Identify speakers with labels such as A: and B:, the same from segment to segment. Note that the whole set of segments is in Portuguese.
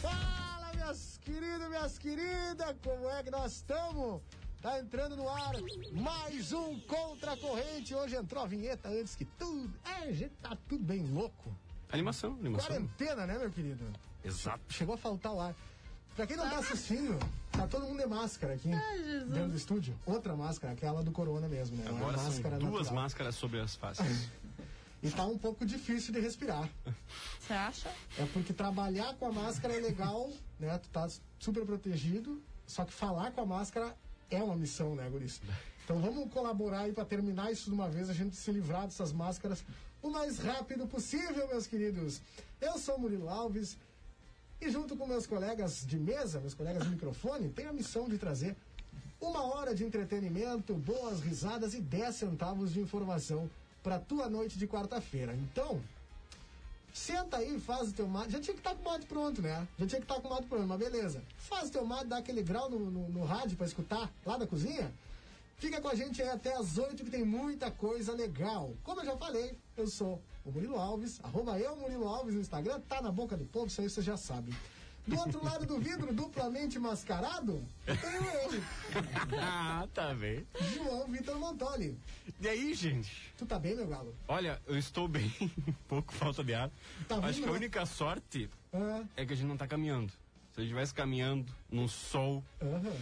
A: Fala, minhas queridas, minhas queridas, como é que nós estamos? Tá entrando no ar mais um Contra a Corrente. Hoje entrou a vinheta antes que tudo. É, a gente tá tudo bem louco.
B: Animação, animação.
A: Quarentena, né, meu querido?
B: Exato.
A: Chegou a faltar o ar. Pra quem não
B: Ah.
A: tá assistindo, tá todo mundo de máscara aqui dentro do estúdio. Outra máscara, aquela do corona mesmo, né? Não é
B: Agora são
A: máscara
B: duas
A: natural.
B: máscaras sobre as faces.
A: E tá um pouco difícil de respirar.
C: Você acha?
A: É porque trabalhar com a máscara é legal, né? Tu tá super protegido, só que falar com a máscara é uma missão, né, Guris? Então vamos colaborar aí pra terminar isso de uma vez, a gente se livrar dessas máscaras o mais rápido possível, meus queridos. Eu sou Murilo Alves e junto com meus colegas de mesa, meus colegas de microfone, tenho a missão de trazer uma hora de entretenimento, boas risadas e 10 centavos de informação pra tua noite de quarta-feira. Então, Senta aí, faz o teu mate. Já tinha que estar com o mate pronto, né? Já tinha que estar com o mate pronto, mas beleza. Faz o teu mate, dá aquele grau no, no, no rádio pra escutar lá da cozinha. Fica com a gente aí até as 8 que tem muita coisa legal. Como eu já falei, eu sou o Murilo Alves, arroba eu Murilo Alves no Instagram, tá na boca do povo, isso aí você já sabe. Do outro lado do vidro, duplamente mascarado, tenho ele,
B: ah, tá bem.
A: João Vitor Montoli.
B: E aí, gente?
A: Tu tá bem, meu galo?
B: Olha, eu estou bem, pouco falta de ar.
A: Tá
B: Acho
A: vindo,
B: que a
A: né?
B: única sorte
A: Ah,
B: é que a gente não tá caminhando. Se a gente estivesse caminhando no sol,
A: aham.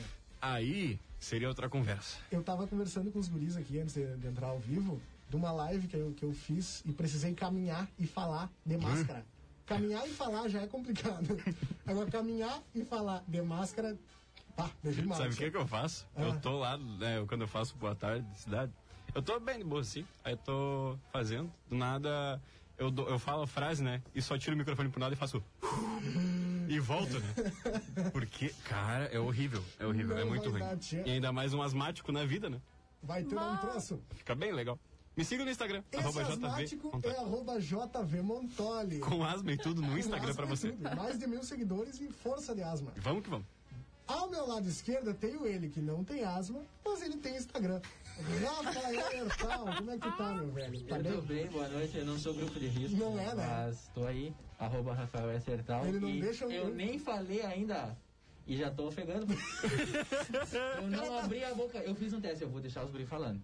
B: aí seria outra conversa.
A: Eu tava conversando com os guris aqui antes de, de entrar ao vivo, de uma live que eu, que eu fiz e precisei caminhar e falar de máscara. Caminhar e falar já é complicado. Agora, caminhar e falar de máscara, pá, deixa demais.
B: Sabe o que que eu faço?
A: Ah.
B: Eu tô lá, né, eu- quando eu faço boa tarde de cidade, eu tô bem de boa assim, aí eu tô fazendo, do nada eu, dou- eu falo a frase, né, e só tiro o microfone pro nada e faço e volto, né? Porque, cara, é horrível, é horrível,
A: Não
B: é muito
A: vai
B: ruim.
A: dar, tia.
B: E ainda mais um asmático na vida, né?
A: Vai ter um
C: Mas-
A: troço.
B: Fica bem legal. Me siga no Instagram,
A: Esse
B: arroba JV,
A: asmático é
B: Montoli.
A: arroba JV Montoli.
B: com asma e tudo no
A: Com
B: Instagram
A: asma
B: pra
A: e
B: você.
A: tudo. Mais de mil seguidores e força de asma.
B: Vamos que vamos.
A: Ao meu lado esquerdo eu tenho ele que não tem asma, mas ele tem Instagram. Rafael Hertal, como é que tu tá, meu velho? Tá
D: Eu
A: bem?
D: tô bem, boa noite. Eu não sou grupo de risco.
A: Não é, né?
D: Mas tô aí, arroba Rafael Acertal.
A: Ele não
D: e
A: deixa eu-
D: eu... nem falei ainda. E já tô ofegando. eu não abri a boca. Eu fiz um teste, eu vou deixar os guri falando.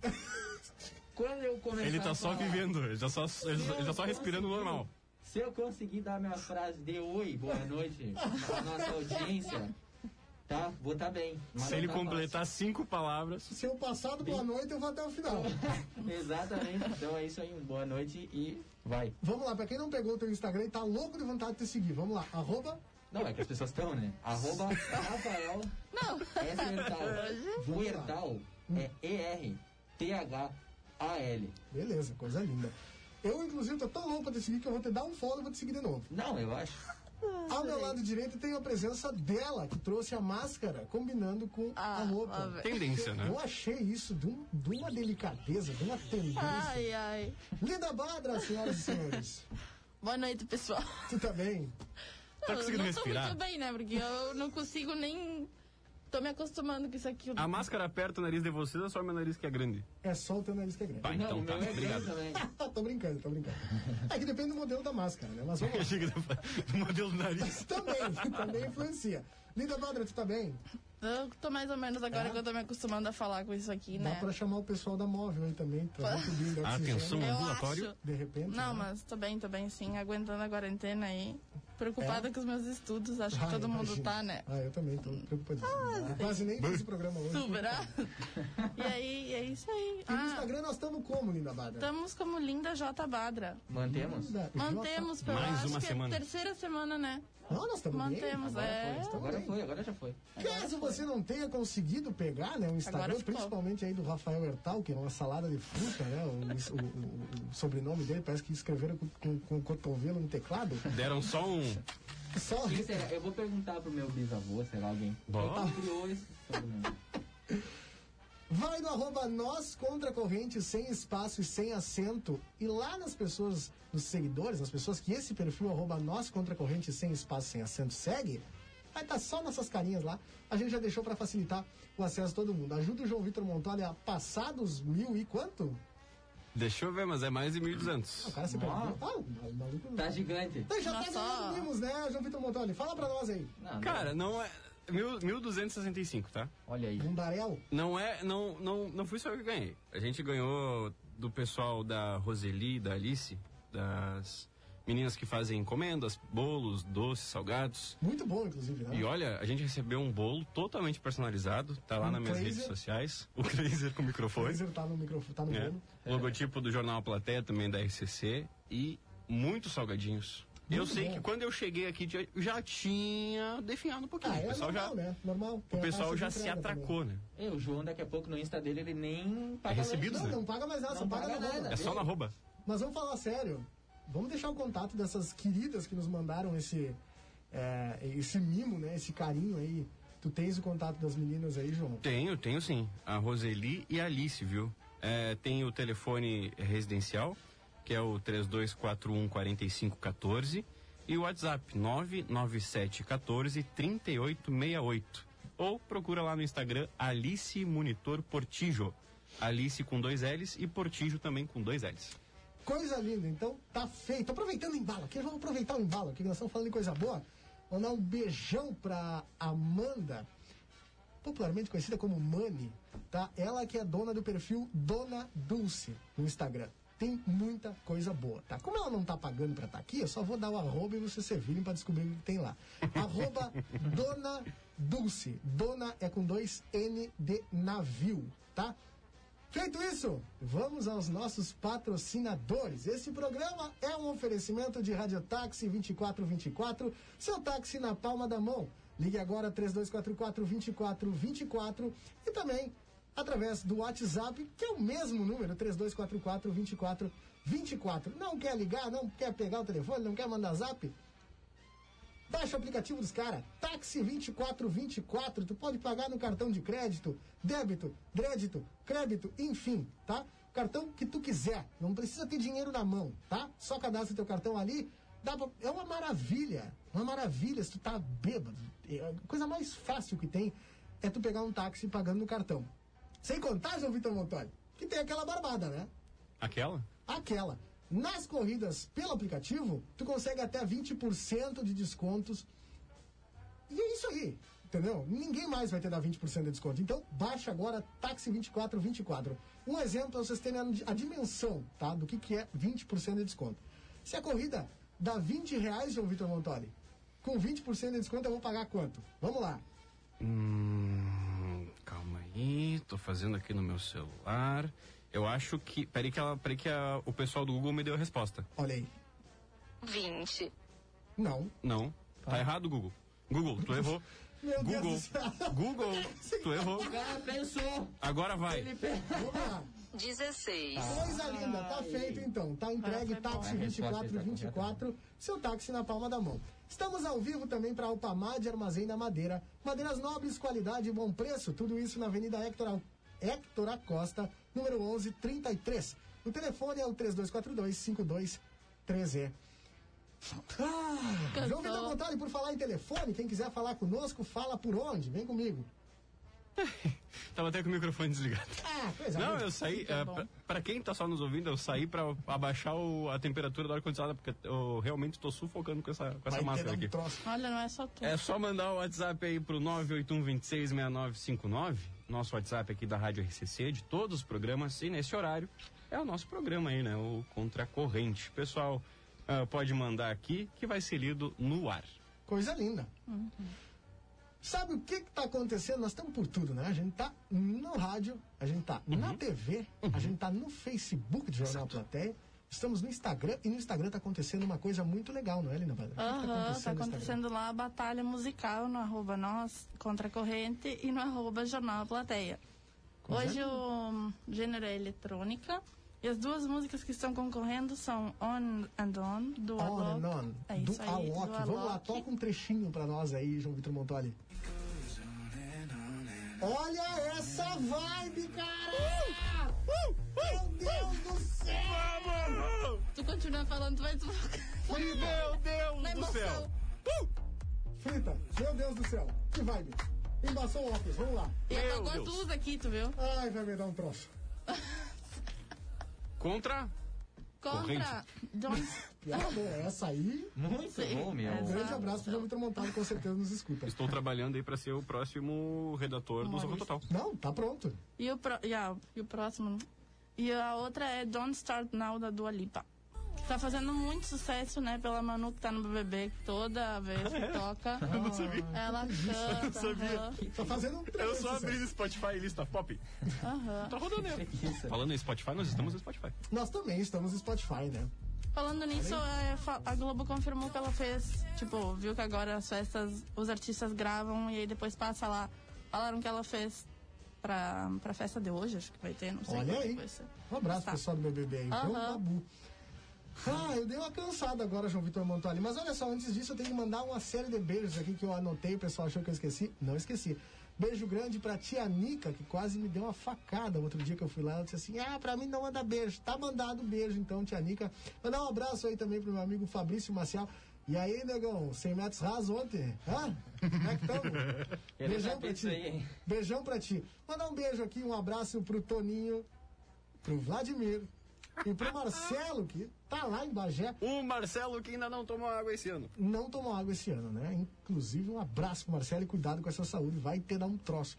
D: Quando eu começar
B: Ele
D: a
B: tá só
D: falar,
B: vivendo, ele tá só, ele
D: se
B: só- ele tá
D: eu
B: só respirando
D: conseguir-
B: normal.
D: Se eu conseguir dar minha frase de oi, boa noite, pra nossa audiência, tá? Vou tá bem. mas
B: Se
D: não
A: é
B: ele
D: tá fácil.
B: completar cinco palavras,
A: Se eu passar do boa noite, eu vou até o final.
D: assim. Exatamente. Então é isso aí. Boa noite e vai.
A: Vamos lá, pra quem não pegou o teu Instagram e tá louco de vontade de te seguir, vamos lá. Arroba.
D: Não, é que as pessoas estão, né? Arroba Rafael.
C: Não.
D: Hertal. O Hertal é E-R-T-H-A-L.
A: Beleza, coisa linda. Eu, inclusive, tô tão louco pra te seguir que eu vou te dar um follow e vou te seguir de novo.
D: Não, eu acho.
A: Ao meu lado direito tem a presença dela, que trouxe a máscara, combinando com a
C: Ah,
A: roupa.
C: lá vem.
B: tendência, né?
A: Eu achei isso de, um- de uma delicadeza, de uma tendência.
C: Ai, ai.
A: Linda Badra, senhoras e senhores.
C: Boa noite, pessoal.
A: Tu tá bem?
B: Tá
C: Não,
B: conseguindo
C: não
B: respirar?
C: tô muito bem, né? Porque eu não consigo nem... Tô me acostumando com isso aqui.
A: Ah.
B: a máscara aperta o nariz de vocês ou só meu nariz que é grande?
A: É só o teu nariz que é grande.
B: Vai,
D: não,
B: então
D: o
B: tá,
D: meu é grande
B: obrigado.
D: também.
A: tô brincando, tô brincando. É que depende do modelo da máscara, né? Mas vamos lá.
B: Eu achei que tava do modelo do nariz.
A: Também, também influencia. Linda Badra, tu tá bem?
C: Eu tô mais ou menos agora
A: É?
C: que eu tô me acostumando a falar com isso aqui,
A: Dá
C: né?
A: pra chamar o pessoal da móvel aí também, trazer um pouquinho de oxigênio.
B: Atenção.
C: Eu
B: Ambulatório?
C: acho.
A: De repente,
C: Não,
A: né?
C: mas tô bem, tô bem sim. Aguentando a quarentena aí. Preocupada
A: É?
C: com os meus estudos. Acho
A: Ah,
C: que todo mundo
A: imagina.
C: tá, né? Ah,
A: Ah, eu também tô preocupadíssimo. Quase nem fiz o programa hoje.
C: Super. ah. e aí, é isso aí.
A: E no
C: Ah,
A: Instagram nós estamos como, Linda é, Badra?
C: estamos como Linda J. Badra.
D: Mantemos?
A: Linda J.
C: Mantemos pela
B: Mais
C: acho
B: uma
C: que
B: semana.
C: É a terceira semana, né?
A: Não, nós estamos
C: Mantemos,
A: bem.
C: é.
D: Agora foi, agora
A: bem.
D: foi, agora já foi.
A: Caso você não tenha conseguido pegar né, o Instagram,
C: Agora ficou.
A: principalmente aí do Rafael Hertal, que é uma salada de fruta, né? O, o- o- o sobrenome dele parece que escreveram com, com, com o cotovelo no teclado.
B: Deram só um.
A: Só
D: Quem será? Eu vou perguntar pro meu bisavô, será alguém.
B: Bom,
D: Quem Criou esse sobrenome.
A: Vai no arroba nós contra a corrente, sem espaço e sem acento. E lá nas pessoas, nos seguidores, nas pessoas que esse perfil arroba nós contra a corrente, sem espaço sem acento segue, vai estar só nossas carinhas lá. A gente já deixou para facilitar o acesso a todo mundo. Ajuda o João Vitor Montalha a passar dos mil e quanto?
B: deixa eu ver, mas é mais de
A: O
B: 1.200.
A: cara se
D: Nossa.
A: pergunta. Ah, o maluco...
D: Tá gigante.
A: Então já tá
C: Nossa.
A: ganhando mimos, né, João Vitor Montalha? Fala pra nós aí.
D: Não, não.
B: Cara, não é... mil- 1.265, tá?
D: Olha aí.
A: Bundarel?
B: Não é, não, não, não fui só eu que ganhei. A gente ganhou do pessoal da Roseli, da Alice, das meninas que fazem encomendas, bolos, doces, salgados.
A: Muito bom, inclusive, né?
B: E olha, a gente recebeu um bolo totalmente personalizado, tá lá
A: Um
B: nas minhas
A: Kleiser.
B: redes sociais. O Kleiser com microfone.
A: Laser tá no microfone, tá no
B: né?
A: bolo.
B: Logotipo do jornal A Plateia, também da RCC. E muitos salgadinhos. eu
A: Muito
B: sei
A: bom.
B: que quando eu cheguei aqui já, já tinha definhado um pouquinho.
A: Ah,
B: o
A: é
B: pessoal
A: normal,
B: já,
A: né? Normal.
B: o
A: Tem a
B: pessoal
A: taxa de
B: já se
A: entrega também.
B: atracou, né?
D: E o João, daqui a pouco, no Insta dele, ele nem paga
B: É recebido,
A: Não,
B: né?
A: não paga mais nada,
D: Não
A: só paga,
D: paga
A: na
D: nada.
A: roupa.
B: É só na arroba.
A: Mas vamos falar sério. Vamos deixar o contato dessas queridas que nos mandaram esse, é, esse mimo, né? Esse carinho aí. Tu tens o contato das meninas aí, João?
B: Tenho, tenho sim. A Roseli e a Alice, viu? É, tem o telefone residencial, que é o 3241-4514, e o WhatsApp 99714-3868. Ou procura lá no Instagram Alice Monitor Portijo. Alice com dois L's e Portijo também com dois L's.
A: Coisa linda, então tá feito. Aproveitando o embalo aqui, vamos aproveitar o embalo aqui, que nós estamos falando de coisa boa. Mandar um beijão pra Amanda, popularmente conhecida como Mani, tá? Ela que é dona do perfil Dona Dulce no Instagram. Tem muita coisa boa, tá? Como ela não tá pagando pra estar aqui, eu só vou dar o arroba e vocês se virem pra descobrir o que tem lá. Arroba Dona Dulce. Dona é com dois N de navio, tá? Feito isso, vamos aos nossos patrocinadores. Esse programa é um oferecimento de Radiotáxi 2424, seu táxi na palma da mão. Ligue agora 3244-2424 e também através do WhatsApp, que é o mesmo número, 3244-2424. Não quer ligar, não quer pegar o telefone, não quer mandar zap? Baixa o aplicativo dos caras, Táxi 2424, tu pode pagar no cartão de crédito, débito, crédito, crédito, enfim, tá? Cartão que tu quiser, não precisa ter dinheiro na mão, tá? Só cadastra teu cartão ali, dá pra- é uma maravilha, uma maravilha se tu tá bêbado. É a coisa mais fácil que tem é tu pegar um táxi pagando no cartão. Sem contar, João Vitor Montoli, que tem aquela barbada, né?
B: Aquela?
A: aquela. Nas corridas pelo aplicativo, tu consegue até 20% de descontos. E é isso aí, entendeu? Ninguém mais vai ter dar 20% de desconto. Então, baixa agora Táxi 2424. Um exemplo para vocês terem a a dimensão, tá? Do que, que é 20% de desconto. Se a corrida dá 20 reais, João Vitor Montoli, com 20% de desconto eu vou pagar quanto? Vamos lá.
B: Hum, calma aí, tô fazendo aqui no meu celular. Eu acho que. Peraí que, ela, peraí que a- o pessoal do Google me deu a resposta.
A: Olha aí.
E: 20.
A: Não.
B: Não. Tá errado, Google. Google, tu errou.
A: Ah. Meu Deus
B: Google.
A: do céu.
B: Google, tu errou.
D: O cara pensou.
B: Agora vai.
D: Ele pensou.
A: Vamos lá.
E: 16.
A: Coisa linda, tá feito então. Tá entregue
C: Essa é boa.
A: táxi
D: A resposta está
A: 2424, seu táxi na palma da mão. Estamos ao vivo também para Alpamar de Armazém da Madeira. Madeiras nobres, qualidade e bom preço. Tudo isso na Avenida Héctor, Al- Héctor Acosta, número 1133. O telefone é o 3242 5213. Ah, João Vitor Montali, por falar em telefone, quem quiser falar conosco, fala por onde? Vem comigo.
B: Tava até com o microfone desligado.
A: Ah, coisa
B: Não,
A: linda.
B: eu saí. é, pra- pra quem tá só nos ouvindo, eu saí pra abaixar o- a temperatura do ar-condicionado, porque eu realmente tô sufocando com essa, com essa
A: Vai ter
B: máscara
A: dado
B: aqui.
A: um troço.
C: Olha, não é só tu.
B: É só mandar o WhatsApp aí pro 981266959. Nosso WhatsApp aqui da Rádio RCC, de todos os programas, e nesse horário é o nosso programa aí, né? O Contra a Corrente. Pessoal, ah, pode mandar aqui que vai ser lido no ar.
A: Coisa linda.
C: Uhum.
A: Sabe o que que tá acontecendo? Nós estamos por tudo, né? A gente tá no rádio, a gente tá na TV, a gente tá no Facebook do Jornal Plateia, estamos no Instagram, e no Instagram tá acontecendo uma coisa muito legal, não é, Lina Badra? O que que
C: Aham, tá
A: no Instagram?
C: acontecendo lá a batalha musical no arroba nós, contra a corrente, e no arroba jornal a plateia.
A: Coisa
C: Hoje o gênero é eletrônica E as duas músicas que estão concorrendo são On and On, do
A: Tá On
C: Alok.
A: and On,
C: É
A: do
C: isso aí,
A: Alok.
C: do
A: Vamos lá,
C: Alok.
A: toca um trechinho pra nós aí, João Vitor Montoli. Olha essa vibe, cara!
C: Uh,
A: Meu Deus do céu!
C: Tu continua falando, tu vai desfocar
B: Meu
C: na
B: Deus do céu!
C: emoção.
A: Frita, meu Deus do céu! Que vibe! Embaçou o óculos, vamos lá.
C: E eu
B: Meu
C: tô com a
B: Deus.
C: Tusa aqui, tu viu?
A: Ai, vai me dar um troço.
B: Contra?
C: Contra Don't...
A: Piada, né? essa aí.
D: Muito
C: Sim.
D: bom, meu.
C: É,
A: Um grande
C: Exato.
A: abraço pro João Vitor Montoli, com certeza nos escuta.
B: Estou trabalhando aí pra ser o próximo redator do Zorro
C: Humorista.
B: Total.
A: Não, tá pronto.
C: E o, pro... e, a- e o próximo. E a outra é Don't Start Now da Dua Lipa. Tá fazendo muito sucesso, né? Pela Manu que tá no BBB, que toda vez
A: É?
C: que toca,
B: não sabia.
C: ela canta.
B: não sabia.
C: aham,
A: Tá fazendo um
B: Eu
A: tremendo
B: só abri
A: sucesso.
B: no Spotify lista pop.
C: aham.
B: Tá rodando eu.
D: Isso.
B: Falando em Spotify, nós estamos no Spotify.
A: assim. Nós também estamos no Spotify, né?
C: Falando nisso, é, fa- a Globo confirmou que ela fez, tipo, viu que agora as festas, os artistas gravam e aí depois passa lá. Falaram que ela fez pra, pra festa de hoje, acho que vai ter, não sei.
A: Olha
C: quando
A: aí.
C: vai ser.
A: Um abraço,
C: Tá.
A: pessoal do BBB aí. Então,
C: Aham.
A: tabu. Ah, eu dei uma cansada agora, João Vitor Montoli. Mas olha só, antes disso eu tenho que mandar uma série de beijos aqui que eu anotei. O pessoal achou que eu esqueci. Não esqueci. Beijo grande pra tia Nica, que quase me deu uma facada. Outro dia que eu fui lá, ela disse assim: Ah, pra mim não manda beijo. Tá mandado beijo, então, tia Nica. Mandar um abraço aí também pro meu amigo Fabrício Maciel. E aí, negão, 100 metros raso ontem? Hã? Como é que estamos?
D: Eu não sabia disso tá aí, hein?
A: Beijão pra ti. Mandar um beijo aqui, um abraço pro Toninho, pro Vladimir e pro Marcelo, que tá lá em Bagé.
B: O Marcelo que ainda não tomou água esse ano.
A: Não tomou água esse ano, né? Inclusive, um abraço pro Marcelo e cuidado com a sua saúde, vai ter dar um troço.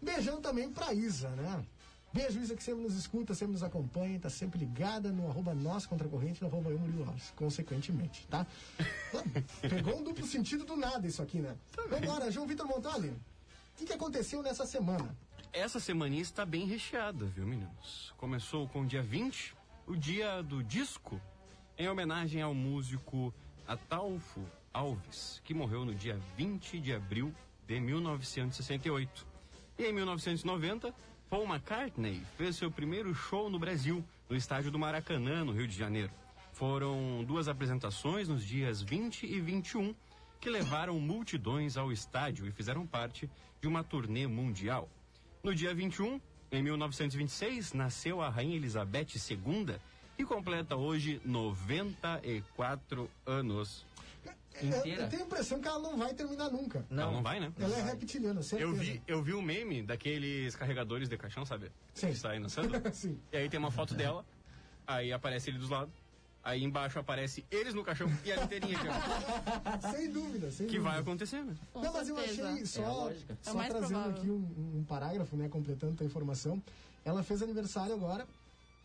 A: Beijão também pra Isa, né? Beijo, Isa, que sempre nos escuta, sempre nos acompanha, tá sempre ligada no arroba nós contra a corrente, no arroba eu, Murilo Alves, consequentemente, tá? Pegou um duplo sentido do nada isso aqui, né? Vambora, João Vitor Montali, o que que aconteceu nessa semana?
B: Essa semaninha está bem recheada, viu, meninos? Começou com o dia 20, o dia do disco, em homenagem ao músico Ataulfo Alves, que morreu no dia 20 de abril de 1968. E em 1990, Paul McCartney fez seu primeiro show no Brasil, no estádio do Maracanã, no Rio de Janeiro. Foram duas apresentações nos dias 20 e 21, que levaram multidões ao estádio e fizeram parte de uma turnê mundial. No dia 21, em 1926, nasceu a Rainha Elizabeth II, que completa hoje 94 anos.
A: Eu,
D: Inteira?
A: eu tenho a impressão que ela não vai terminar nunca.
B: Ela não vai, né?
A: Ela é reptiliana, certeza.
B: Eu vi, eu vi o meme daqueles carregadores de caixão, sabe?
A: Sim.
B: Que saem dançando.
A: Sim.
B: E aí tem uma foto dela, aí aparece ele dos lados, aí embaixo aparece eles no caixão e a inteirinha aqui, ó,
A: Sem dúvida, sem
B: que
A: dúvida.
B: vai acontecer, né?
C: Com
A: não, mas eu
C: certeza.
A: achei
D: É a
A: só,
D: lógica.
C: É o
A: só
C: mais
A: trazendo
C: provável.
A: aqui um, um parágrafo, né, completando a informação. Ela fez aniversário agora,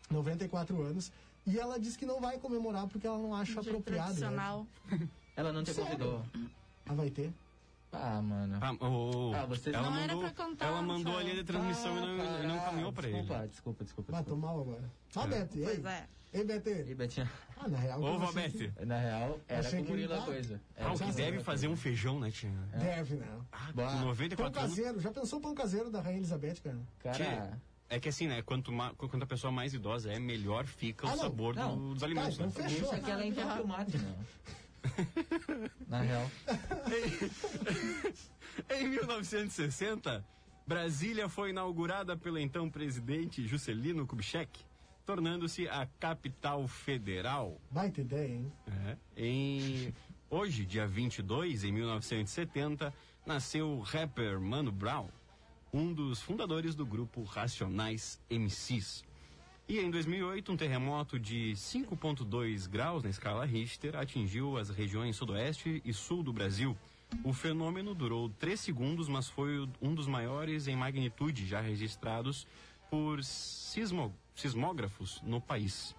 A: 94 anos, e ela diz que não vai comemorar porque ela não acha
C: De
A: apropriado. né?
C: tradicional.
D: Ela não te
A: Sério?
D: convidou.
A: Ah, vai ter.
D: Ah, mano.
B: Ah, ô, ô,
D: Ah, você-
B: ela
C: Não era
B: mandou,
C: pra contar,
B: ela mandou a
C: Rafael.
B: linha de transmissão e
D: Ah,
B: não, e não caminhou pra ele.
D: desculpa, Desculpa, desculpa,
A: Vai
D: desculpa.
A: tomar agora. Ah, Bete, ei.
C: Pois é.
A: Ei,
D: E
A: Bete.
D: Betinha,
A: Ah, na real...
B: Ô,
A: como assim?
B: Valbete,
D: um na real, era
A: Achei
D: com o
A: que ele
D: Murilo a
A: tá-
D: coisa. Era
B: ah, o
D: com
B: que
D: Murilo
B: deve
D: a
B: fazer um
D: coisa.
B: feijão, né, tia?
A: Deve, né?
B: Ah,
D: Bah.
B: com
A: Pão
B: 94 anos.
A: caseiro. Já pensou o pão caseiro da Rainha Elizabeth, cara?
D: Cara,
B: É que assim, né? Quanto, ma- quanto a pessoa mais idosa é, melhor fica o
A: Ah, não.
B: sabor do-
D: Não.
B: dos alimentos.
A: Tá,
B: né?
A: então fechou.
D: isso aqui ela entra o mate, não. na real.
B: Em 1960, Brasília foi inaugurada pelo então presidente Juscelino Kubitschek, tornando-se a capital federal.
A: Baita ideia, hein?
B: É. Em hoje, dia 22, em 1970, nasceu o rapper Mano Brown, um dos fundadores do grupo Racionais MCs. E em 2008, um terremoto de 5.2 graus na escala Richter atingiu as regiões sudoeste e sul do Brasil. O fenômeno durou 3 segundos, mas foi o- um dos maiores em magnitude já registrados por sismo- sismógrafos no país.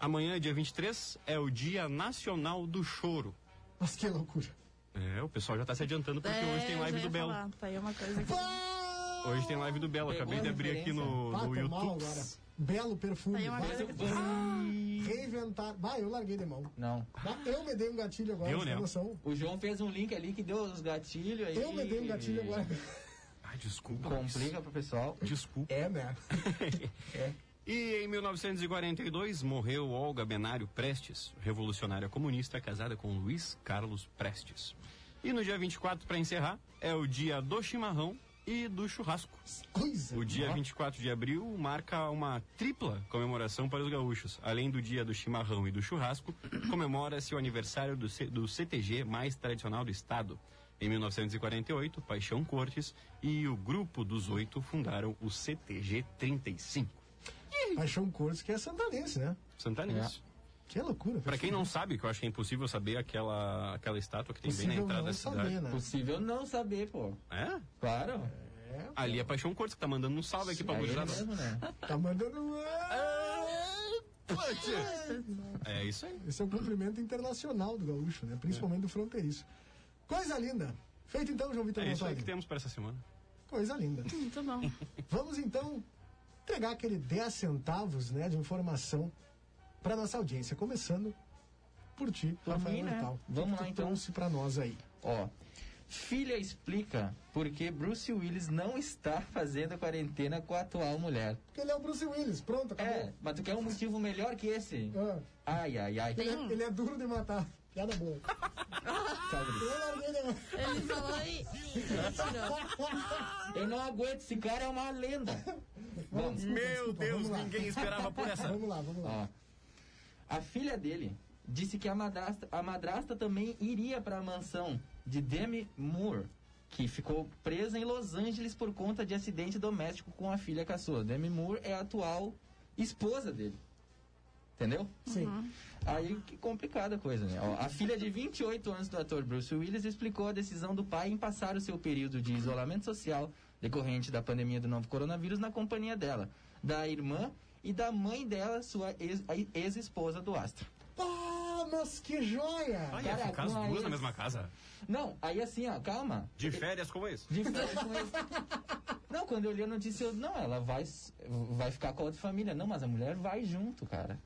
B: Amanhã, dia 23, é o Dia Nacional do Choro.
A: Mas que loucura.
B: É, o pessoal já tá se adiantando porque
C: É,
B: hoje tem
C: eu
B: live
C: já
B: do
C: ia
B: Belo.
C: falar, Tá aí uma coisa que...
B: Hoje tem live do Belo,
D: Pegou
B: acabei de
D: a
B: abrir aqui
D: referência.
B: no,
A: Pá,
B: no
A: tá mal
B: YouTube.
A: agora. Belo perfume.
C: Tá aí uma
A: Vai
D: um
B: um
C: coisa que-
A: Reinventar. Bah, eu larguei de mão.
D: Não.
A: Bah, Eu me dei um gatilho agora,
B: Deu,
A: você tem
B: né?
A: noção.
D: O João fez um link ali que deu os gatilhos aí.
A: Eu me dei um gatilho agora.
B: Ah, desculpa. mas-
D: Complica pro pessoal.
B: Desculpa.
A: É, né?
D: É.
B: E em 1942 morreu Olga Benário Prestes, revolucionária comunista casada com Luiz Carlos Prestes. E no dia 24, para encerrar, é o dia do chimarrão e do churrasco.
A: Coisa!
B: O dia
A: Ó,
B: 24 de abril marca uma tripla comemoração para os gaúchos. Além do dia do chimarrão e do churrasco, comemora-se o aniversário do, C- do CTG mais tradicional do estado. Em 1948, Paixão Cortes e o Grupo dos Oito fundaram o CTG 35.
A: Paixão Cortes, que é santanense, né?
B: Santanense.
A: Que é loucura.
B: Para tá quem não sabe, que eu acho que é impossível saber aquela, aquela estátua que tem bem na
A: Possível
B: entrada
A: não
B: da
A: saber,
B: cidade.
A: né?
D: Possível não saber, pô.
B: É?
D: Claro.
B: Ali é Paixão Cortes que tá mandando um salve aqui pra
D: É ele
B: gurizada.
D: mesmo, né?
A: Tá mandando...
B: Ah, É isso aí.
A: Esse é um cumprimento internacional do gaúcho, né? Principalmente do fronteiriço. Coisa linda! Feito então, João Vitor
B: É isso aí
A: Gonçalves.
B: que temos para essa semana.
A: Coisa linda.
C: Muito bom.
A: Vamos então entregar aquele 10 centavos né, de informação para nossa audiência, começando por ti,
D: Por
A: Rafael
D: mim, né?
A: Natal. O que
D: Vamos
A: que
D: lá,
A: tu
D: então.
A: trouxe para nós aí.
D: Ó. Filha explica por que Bruce Willis não está fazendo quarentena com a atual mulher.
A: Porque ele é o Bruce Willis, pronto, acabou.
D: É, mas tu quer um motivo melhor que esse?
A: Ah,
D: Ai, ai, ai.
A: ele, é, ele é duro de matar. Piada boa. Eu larguei ele, né?
C: Ele falou e. Tirou.
D: Eu não aguento, esse cara é uma lenda. Bom,
B: Meu
A: desculpa,
B: Deus,
A: vamos lá.
B: ninguém esperava por essa.
A: Vamos lá, vamos lá.
D: ó. A filha dele disse que a madrasta, a madrasta também iria para a mansão de Demi Moore, que ficou presa em Los Angeles por conta de acidente doméstico com a filha caçula. Demi Moore é a atual esposa dele. Entendeu?
A: Sim.
D: Aí que complicada a coisa, né? Ó, a filha de 28 anos do ator Bruce Willis explicou a decisão do pai em passar o seu período de isolamento social decorrente da pandemia do novo coronavírus na companhia dela, da irmã e da mãe dela, sua ex- a ex-esposa do astro.
A: Ah, mas que joia!
B: Ai, ia
D: Cara,
B: ficar as
D: com a
B: duas
D: ex.
B: na mesma casa?
D: Não, aí assim, ó, calma.
B: De férias como é isso?
D: De frente com ele. Não, quando eu li a notícia, eu, não, ela vai, vai ficar com a outra família. Não, mas a mulher vai junto, cara.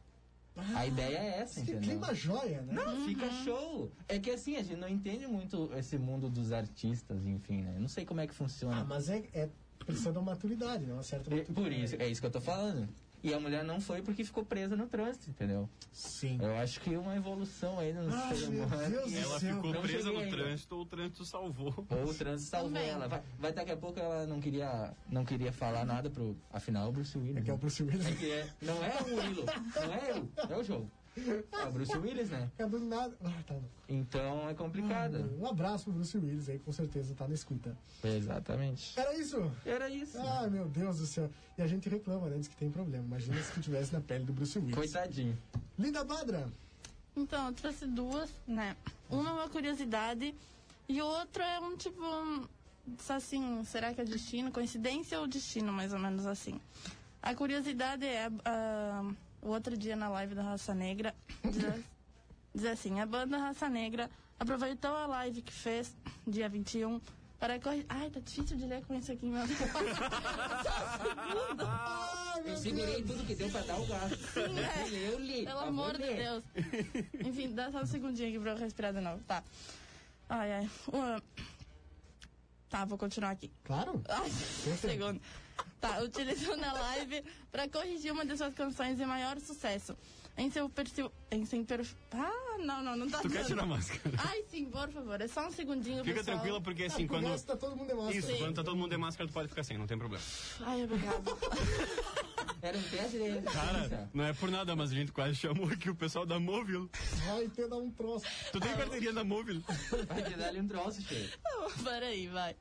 D: A ideia é essa,
A: Ah, Que
D: entendeu?
A: clima joia, né?
D: Não, fica show. É que assim, a gente não entende muito esse mundo dos artistas, enfim, né? Eu Não sei como é que
A: Ah,
D: funciona.
A: mas é, é precisa de uma maturidade, né? Uma certa
D: É,
A: maturidade.
D: por isso, é isso que eu tô falando. E a mulher não foi porque ficou presa no trânsito, entendeu?
A: Sim.
D: Eu acho que uma evolução aí no
A: Ai,
D: ser
A: meu
D: humano. é
A: Deus do
B: Ela
A: céu.
B: ficou
D: não
B: presa
D: cheguei
B: no
D: ainda.
B: trânsito ou o trânsito salvou.
D: Ou o trânsito salvou
C: Também.
D: ela. Vai, vai daqui a pouco ela não queria, não queria falar nada pro. Afinal, o Bruce Willis.
A: É que é o
D: né?
A: Bruce Willis.
D: É que é- não é o Willow, não é eu, é o jogo. É o Bruce Willis, né?
A: É do nada. Ah, tá louco.
D: Então é complicado.
A: Um abraço pro Bruce Willis aí, com certeza tá na escuta.
D: Exatamente.
A: Era isso?
D: Era isso.
A: Ai, meu Deus do céu. E a gente reclama, né? Diz que tem problema. Imagina se tu tivesse na pele do Bruce Willis.
D: Coitadinho.
A: Linda Badra!
C: Então, eu trouxe duas, né? Uma é uma curiosidade e outra é um tipo. um, Assim, será que é destino? Coincidência ou destino, mais ou menos assim. A curiosidade é. ah, o outro dia na live da Raça Negra, diz, a- diz assim: a banda Raça Negra aproveitou a live que fez, dia 21, para. corri- Ai, tá difícil de ler com isso aqui, meu Deus.
A: Ai,
D: Eu
A: meu
D: segurei
A: Deus!
D: tudo que deu pra dar o gasto.
C: é.
D: Eu li, eu li.
C: Pelo
D: Ah,
C: amor
D: vou
C: de
D: ler.
C: Deus. Enfim, dá só um segundinho aqui pra eu respirar de novo. Tá. Ai, ai. Ué. Tá, vou continuar aqui.
A: Claro!
C: Ai, um segundo. Tá, utilizou na live pra corrigir uma de suas canções de maior sucesso. Em seu perfil. Em seu perfil. Ah, não, não, não tá
B: Tu quer
C: dando.
B: tirar a máscara?
C: Ai, sim, por favor. É só um segundinho,
B: Fica
C: pessoal.
B: tranquila, porque
A: Ah,
B: assim,
A: pro
B: quando.
A: resto tá todo mundo em máscara.
B: Isso, quando tá todo mundo de máscara, tu pode ficar sem, não tem problema.
C: Ai, obrigada.
D: Era um teste de
B: Cara,
D: resistência.
B: não é por nada, mas a gente quase chamou aqui o pessoal da Móvel.
A: Vai ter dar um troço.
B: Tu tem carteirinha da Móvel?
D: Vai te dar ali um troço, cheio.
C: Peraí, vai.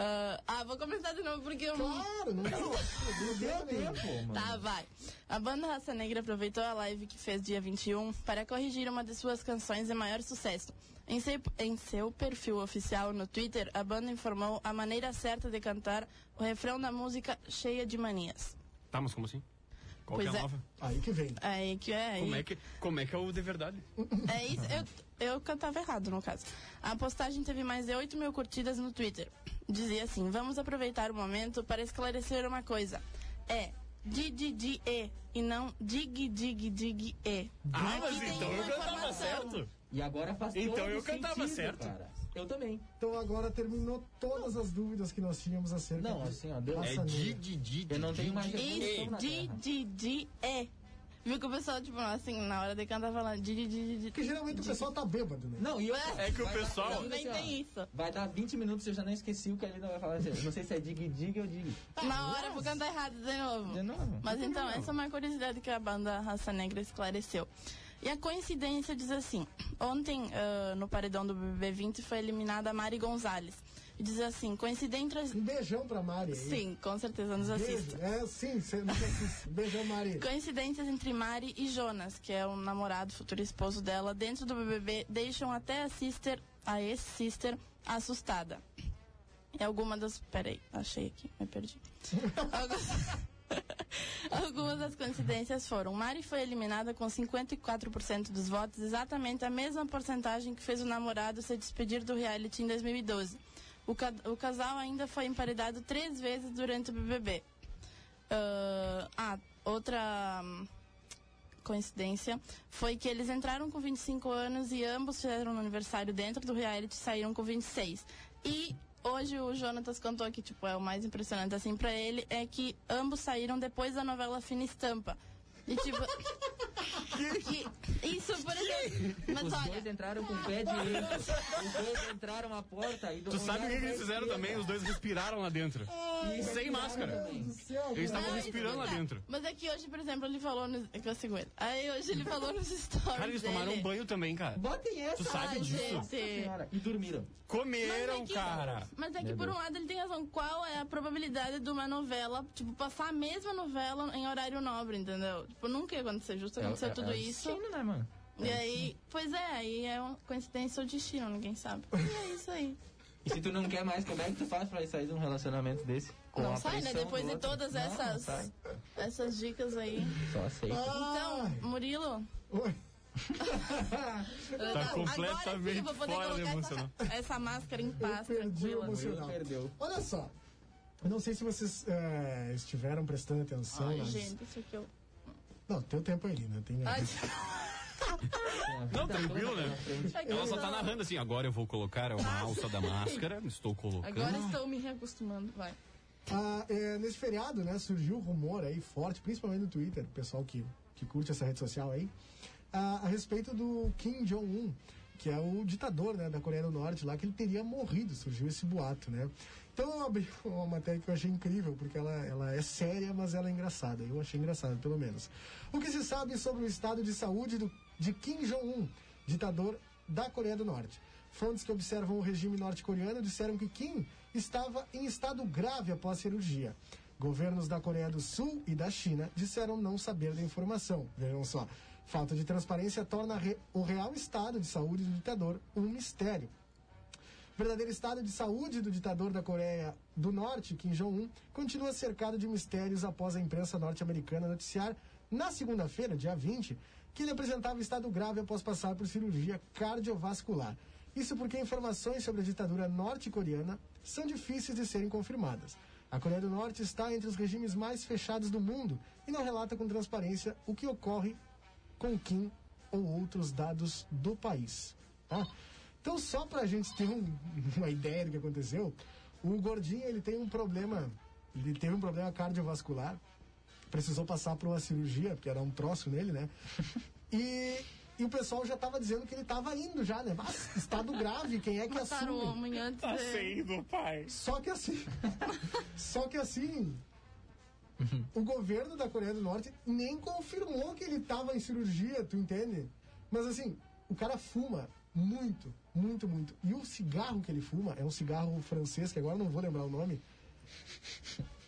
C: Ah, ah, vou começar de novo porque eu.
A: Claro, né? não deu. Não deu tempo.
D: Pô, mano.
C: Tá, vai. A banda Raça Negra aproveitou a live que fez dia 21 para corrigir uma de suas canções de maior sucesso. Em seu, em seu perfil oficial no Twitter, a banda informou a maneira certa de cantar o refrão da música Cheia de Manias.
B: Tá, mas como assim? Qual que
C: Pois
B: é a
C: é.
B: nova?
A: Aí que vem.
C: É que é. aí-
B: Como é que, como é, que é o de verdade?
C: É isso, eu, eu cantava errado no caso. A postagem teve mais de 8 mil curtidas no Twitter. Dizia assim: vamos aproveitar o momento para esclarecer uma coisa. É dig dig e e não dig dig dig e.
B: Ah,
C: Aqui
B: mas
C: tem
B: então eu
C: uma
B: cantava
C: informação.
B: certo.
D: E agora faz
B: Então
D: todo
B: eu cantava
D: sentido,
B: certo.
D: Cara. Eu também.
A: Então agora terminou todas as dúvidas que nós tínhamos acerca
D: Não,
A: de
D: assim, ó, deu-
A: raça
B: É
A: negra.
B: de, de, de, de.
D: Eu não tenho mais
B: de-
D: resposta.
C: E
D: na
C: di,
D: Terra.
C: di, di, e. Viu que o pessoal, tipo, assim, na hora de cantar falando di, di, di, di,
A: Porque
C: di.
A: geralmente o pessoal tá bêbado, né?
D: Não, e eu,
B: É que o
D: vai dar-
B: pessoal-
D: vai dar-
C: Também
D: assim, ó,
C: tem isso.
D: Vai dar 20 minutos e eu já não esqueci o que a Lina vai falar. assim, Não sei se é dig dig ou dig.
C: Na hora eu vou cantar errado de novo.
D: De novo.
C: Mas então, essa é uma curiosidade que a banda Raça Negra esclareceu. E a coincidência diz assim: ontem, ah, no paredão do BBB20, foi eliminada a Mari Gonzalez. E diz assim: coincidência.
A: Um beijão pra Mari. aí.
C: Sim, com certeza nos assiste.
A: Beijo. É, sim, você nos assiste. Beijão, Mari.
C: Coincidências entre Mari e Jonas, que é o namorado, futuro esposo dela, dentro do BBB, deixam até a sister, a ex-sister, assustada. E alguma das. Peraí, achei aqui, me perdi. Algumas- Algumas das coincidências foram: Mari foi eliminada com 54% dos votos, exatamente a mesma porcentagem que fez o namorado se despedir do reality em 2012. O, ca- o casal ainda foi emparedado três vezes durante o BBB. Ah, ah, outra hum, coincidência foi que eles entraram com 25 anos e ambos fizeram um aniversário dentro do reality e saíram com 26. E hoje o Jonatas contou que, tipo, é o mais impressionante assim pra ele, é que ambos saíram depois da novela Fina Estampa. E tipo. que- isso, por exemplo. Mas
D: Os
C: olha.
D: dois
B: né?
D: entraram com o pé direito. Os dois entraram a porta e do
B: Tu sabe o que, que eles fizeram também? Os dois respiraram lá dentro. Sem máscara.
A: Meu Deus do céu,
B: Eles
A: cara.
B: estavam
C: Não, isso
B: respirando
C: não
B: lá
C: dá.
B: dentro.
C: Mas é que hoje, por exemplo, ele falou nos. é que Eu sigo ele. Aí hoje ele falou nos stories.
B: Cara, eles tomaram
C: dele.
B: um banho também, cara.
D: Botem essa.
B: Tu sabe
C: Ai,
B: disso?
C: gente.
D: Senhora, e dormiram.
B: Comeram,
C: é que-
B: cara.
C: Mas é que por um lado ele tem razão. Qual é a probabilidade de uma novela, tipo, passar a mesma novela em horário nobre, entendeu? Tipo, nunca ia acontecer, justo
B: É,
C: aconteceu tudo isso.
D: É, Sim, né, mano?
C: E aí, pois é, aí é uma coincidência ou destino, ninguém sabe. E é isso aí.
D: E se tu não quer mais, como é que tu faz pra sair de um relacionamento desse? Com
C: não
D: a
C: sai, né?
D: pressão
C: Depois
D: do
C: de
D: outro.
C: todas
D: Não, não
C: essas
D: sai.
C: essas dicas aí.
D: Só aceita.
C: Então,
A: Ai.
C: Murilo,
A: Oi.
C: agora
B: Tá completamente
C: sim eu vou poder
B: fora de né?
C: colocar
B: emocional.
C: essa, essa máscara em
A: Eu
C: paz,
A: perdi o
C: tranquila.
A: emocional.
D: Perdeu.
A: Olha só. Eu não sei se vocês eh, estiveram prestando atenção.
C: Ai,
A: nas-
C: gente, isso aqui eu.
A: Não, tem o tempo aí, né? Tem...
C: Ai,
B: Não, tranquilo, né? Ela só tá
C: não.
B: narrando assim, agora eu vou colocar uma alça da máscara, estou colocando.
C: Agora estou me reacostumando, vai.
B: Tá
A: Ah, é, nesse feriado, né, surgiu um rumor aí forte, principalmente no Twitter, o pessoal que, que curte essa rede social aí, ah, a respeito do Kim Jong-un, que é o ditador né, da Coreia do Norte lá, que ele teria morrido, surgiu esse boato, né? Então eu abri uma matéria que eu achei incrível, porque ela, ela é séria, mas ela é engraçada. Eu achei engraçada, pelo menos. O que se sabe sobre o estado de saúde do, de Kim Jong-un, ditador da Coreia do Norte? Fontes que observam o regime norte-coreano disseram que Kim estava em estado grave após cirurgia. Governos da Coreia do Sul e da China disseram não saber da informação. Vejam só. Falta de transparência torna re- o real estado de saúde do ditador um mistério. O verdadeiro estado de saúde do ditador da Coreia do Norte, Kim Jong-un, continua cercado de mistérios após a imprensa norte-americana noticiar, na segunda-feira, dia 20, que ele apresentava estado grave após passar por cirurgia cardiovascular. Isso porque informações sobre a ditadura norte-coreana são difíceis de serem confirmadas. A Coreia do Norte está entre os regimes mais fechados do mundo e não relata com transparência o que ocorre com Kim ou outros dados do país. tá? Então, só para a gente ter um- uma ideia do que aconteceu, o Gordinho ele tem um problema, ele teve um problema cardiovascular, precisou passar por uma cirurgia, porque era um troço nele, né? E, e o pessoal já estava dizendo que ele estava indo já, né? Mas estado grave, quem é que
C: Mataram o
A: assume?
C: homem antes
B: Tá
C: de...
B: pai.
A: Só que assim. só que assim. O governo da Coreia do Norte nem confirmou que ele tava em cirurgia, tu entende? Mas assim, o cara fuma muito, muito, muito. E o cigarro que ele fuma é um cigarro francês, que agora eu não vou lembrar o nome,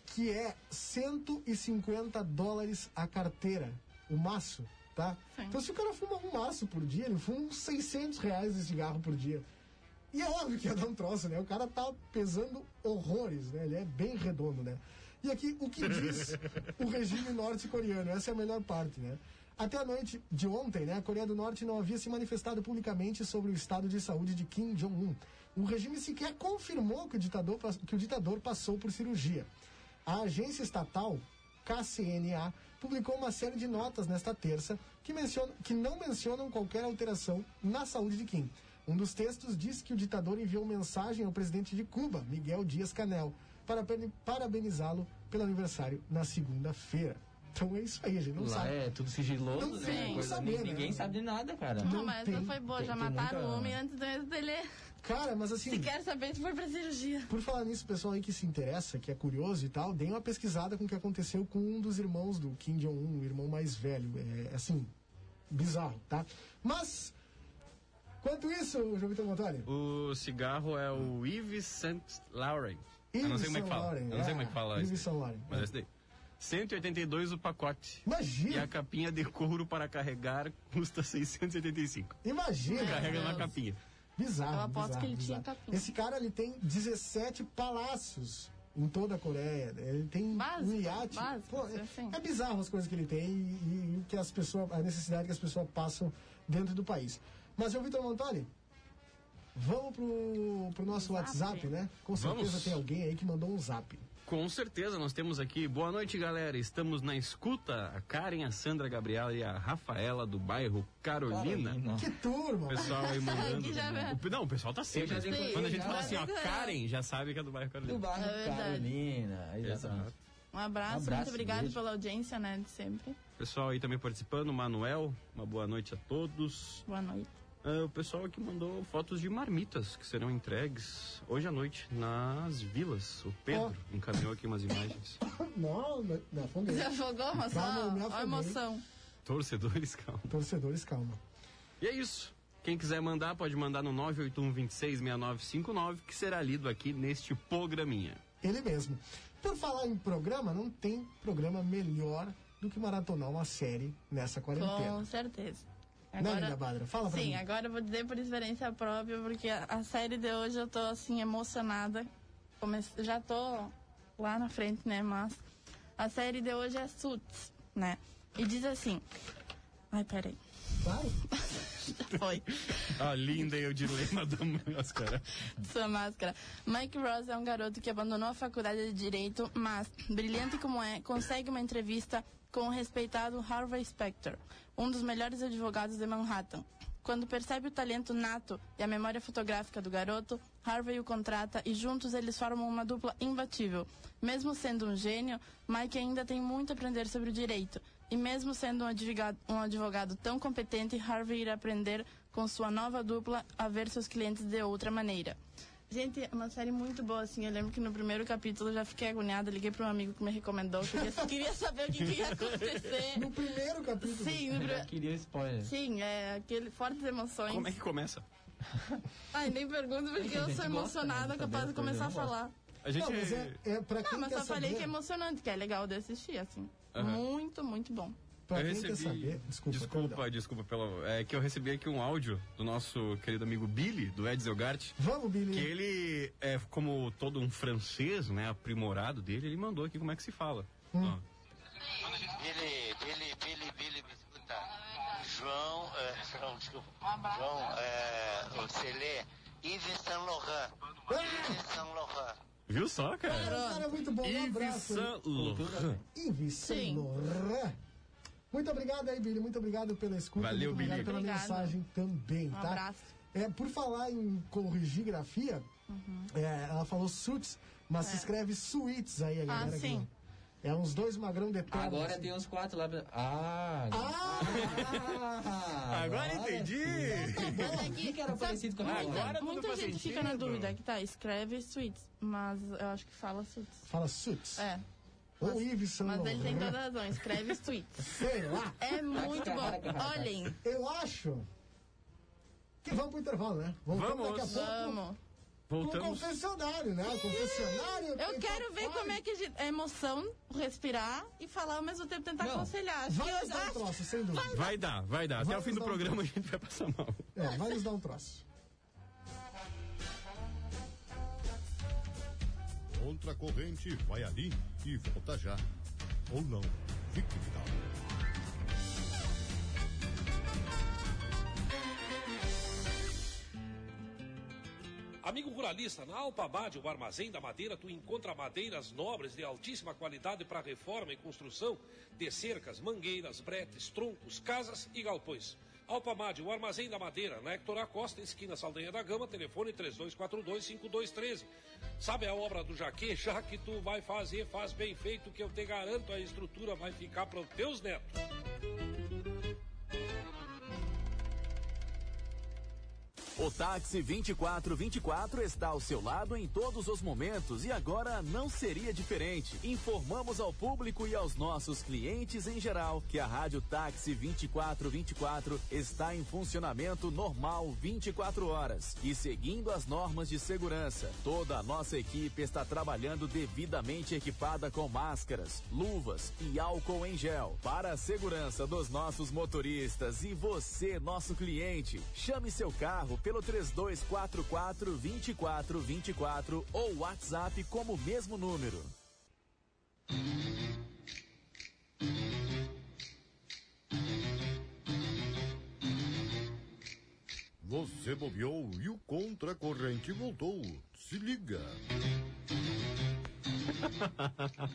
A: que é 150 dólares a carteira, o maço, tá?
C: Sim.
A: Então se o cara fuma um maço por dia, ele fuma uns 600 reais de cigarro por dia. E é óbvio que ia dar um troço, né? O cara tá pesando horrores, né? Ele é bem redondo, né? E aqui, o que diz o regime norte-coreano? Essa é a melhor parte, né? Até a noite de ontem, né, a Coreia do Norte não havia se manifestado publicamente sobre o estado de saúde de Kim Jong-un. O regime sequer confirmou que o ditador, pas- que o ditador passou por cirurgia. A agência estatal KCNA publicou uma série de notas nesta terça que, menciona, que não mencionam qualquer alteração na saúde de Kim. Um dos textos diz que o ditador enviou mensagem ao presidente de Cuba, Miguel Dias Canel, para pene- parabenizá-lo pelo aniversário na segunda-feira. Então é isso aí, a gente não
D: Lá
A: sabe.
D: é tudo sigiloso,
A: Não
D: né?
C: tem como
D: Coisa-
A: saber, né?
D: Ninguém sabe de nada, cara.
C: Não,
A: Não
C: mas
A: tem-
C: não foi boa,
D: tem-
C: já
D: tem
C: mataram
D: muita-
C: o homem antes do mês dele.
A: Cara, mas assim.
C: Se quer saber, tu foi pra cirurgia.
A: Por falar nisso, pessoal aí que se interessa, que é curioso e tal, deem uma pesquisada com o que aconteceu com um dos irmãos do Kim Jong-un, o irmão mais velho. É assim, bizarro, tá? Mas, quanto isso, João Vitor Montoli?
B: O cigarro é o Yves Saint Laurent. Eu não sei como é que fala. Eu não sei como é que fala
A: Yves
B: isso.
A: Saint Laurent.
B: Mas é esse daí. 182 o pacote. E
A: Imagina,
B: a capinha de couro para carregar custa 685.
A: imagina.
B: Carrega na
C: Deus.
B: capinha.
A: Bizarro,
C: Eu aposto
A: bizarro,
C: É que ele
A: bizarro.
C: tinha capim.
A: Esse cara, ele tem 17 palácios em toda a Coreia. né? Ele tem
C: Básico,
A: um iate.
C: básico,
A: Pô, é,
C: assim.
A: é bizarro as coisas que ele tem e, e o que as pessoas, a necessidade que as pessoas passam dentro do país. Mas, ô Vitor Montoli, vamos pro, pro nosso
C: Zap.
A: WhatsApp, né? Com certeza
B: Vamos.
A: tem alguém aí que mandou um zap.
B: Com certeza, nós temos aqui. Boa noite, galera. Estamos na escuta. A Karen, a Sandra, a Gabriela e a Rafaela do bairro Carolina.
D: Carolina.
A: Que turma!
B: O pessoal aí mandando.
C: Que já vê.
B: O pe- Não, o pessoal tá sempre.
D: Eu já dei
B: Quando a gente
D: conta,
B: fala
D: já.
B: assim, ó,
C: Mas, é.
B: Karen, já sabe que é do bairro
D: Do
B: Carolina.
D: bairro
C: É verdade.
D: Carolina. Exato.
B: Exato.
C: Um abraço,
D: Abraço,
C: muito obrigado
D: beijo.
C: pela audiência, né, de sempre.
B: Pessoal aí também participando. Manuel, uma boa noite a todos.
C: Boa noite.
B: Ah, o pessoal aqui mandou fotos de marmitas que serão entregues hoje à noite nas vilas. O Pedro encaminhou aqui umas imagens.
A: Não, não, não afundei.
C: Você afogou, mas
A: Calma, eu me
C: só a
A: afoguei.
C: emoção.
B: Torcedores, calma.
A: Torcedores, calma.
B: E é isso. Quem quiser mandar, pode mandar no 981266959, que será lido aqui neste programinha.
A: Ele mesmo. Por falar em programa, não tem programa melhor do que maratonar uma série nessa quarentena.
C: Com certeza.
A: Né, Guilherme Badra? Fala pra
C: Sim,
A: mim.
C: agora eu vou dizer por experiência própria, porque a, a série de hoje eu tô assim, emocionada. Comece... Já tô lá na frente, né? Mas a série de hoje é Suits, né? E diz assim. Ai, peraí.
A: Vai.
C: Foi.
B: A linda e o dilema da máscara.
C: sua máscara. Mike Ross é um garoto que abandonou a faculdade de Direito, mas, brilhante como é, consegue uma entrevista com o respeitado Harvey Specter, um dos melhores advogados de Manhattan. Quando percebe o talento nato e a memória fotográfica do garoto, Harvey o contrata e juntos eles formam uma dupla imbatível. Mesmo sendo um gênio, Mike ainda tem muito a aprender sobre o direito. E mesmo sendo um advogado, um advogado tão competente, Harvey irá aprender com sua nova dupla a ver seus clientes de outra maneira. Gente, é uma série muito boa, assim. Eu lembro que no primeiro capítulo eu já fiquei agoniada, liguei para um amigo que me recomendou, que eu queria saber o que, que ia acontecer.
A: No primeiro capítulo.
C: Sim, no
D: Eu
C: pri-
D: queria spoiler.
C: sim, é aquele fortes emoções.
B: Como é que começa?
C: Ai, nem pergunto porque
D: A
C: eu
D: gente
C: sou
D: gosta,
C: emocionada,
D: né,
C: capaz de
D: saber as
C: começar a
D: coisas, eu não
C: falar.
B: A gente.
A: Não, mas é, é pra quem
C: Não, mas
A: quer
C: só falei
A: saber,
C: que é emocionante, que é legal de assistir, assim.
B: Aham.
C: Muito, muito bom.
A: pra
B: eu
A: quem
B: recebi.
A: quer saber. Desculpa. perdão.
B: desculpa, desculpa pela. É que eu recebi aqui um áudio do nosso querido amigo Billy, do Ed Zelgart.
A: Vamos, Billy.
B: Que ele é como todo um francês, né? Aprimorado dele, ele mandou aqui como é que se fala.
A: Hum.
B: Ó.
F: Billy, Billy, Billy, Billy, me escuta. João, é, João, desculpa. João, é, o Celê, Yves Saint Laurent. Yves Saint Laurent.
B: Viu só, cara?
A: Cara, cara, muito bom. Um
B: Yves
A: abraço.
B: Saint Laurent.
A: Yves Saint
C: Sim.
A: Laurent. Muito obrigado aí, Billy. Muito obrigado pela escuta.
B: Valeu,
A: muito
B: Billy.
A: Obrigado pela
C: Obrigada.
A: mensagem também,
C: Um
A: tá?
C: abraço.
A: É, por falar em corrigir grafia,
C: Uhum.
A: é, ela falou suits, mas se escreve suítes aí, a galera. que-
C: É. Ah, sim.
A: É uns dois magrão de terra,
D: Agora
A: assim.
D: tem um- uns quatro lá. pra- Ah! ah
B: Agora entendi!
C: Tá bom.
D: Mas aqui que era parecido com a
C: muita,
D: Agora
B: tudo
C: muita
B: faz
C: gente
B: sentido.
C: fica na dúvida que tá, escreve suítes, mas eu acho que fala suítes.
A: Fala suits.
C: É,
A: Ou Yves Saint
C: mas ele tem toda
A: Laurent.
C: a razão, escreve suítes.
A: Sei lá.
C: É muito bom. Olhem,
A: Eu acho que vamos pro intervalo, né? Voltamos
B: Vamos.
A: daqui a pouco
C: vamos.
A: pro
B: Voltamos.
A: confessionário, né? O confessionário.
C: Eu
A: quem
C: quero ver
A: faz.
C: como é que a gente- é emoção, respirar e falar ao mesmo tempo, tentar
D: Não,
C: aconselhar. Acho que
A: Vai
C: eu
A: nos dar um
C: acho
A: troço, sem dúvida.
B: Vai dar, vai dar. Até o
A: Vamos
B: fim do
A: dar um
B: programa a gente vai passar mal.
A: É, vai nos dar um troço.
G: Contra a corrente, vai ali e volta já. Ou não. Fique ligado.
H: Amigo ruralista, na Alpamade, o armazém da madeira, tu encontra madeiras nobres de altíssima qualidade para reforma e construção de cercas, mangueiras, bretes, troncos, casas e galpões. Alpamad, o armazém da madeira, na Hector Acosta, esquina Saldanha da Gama, telefone 3242-5213. Sabe a obra do Jaque? Já que tu vai fazer, faz bem feito, que eu te garanto, a estrutura vai ficar para os teus netos.
I: O táxi 2424 está ao seu lado em todos os momentos e agora não seria diferente. Informamos ao público e aos nossos clientes em geral que a Rádio Táxi 2424 está em funcionamento normal 24 horas e seguindo as normas de segurança. Toda a nossa equipe está trabalhando devidamente equipada com máscaras, luvas e álcool em gel para a segurança dos nossos motoristas e você, nosso cliente. Chame seu carro pelo 3244 2424 ou WhatsApp como mesmo número.
G: Você bobeou e o contracorrente voltou. Se liga.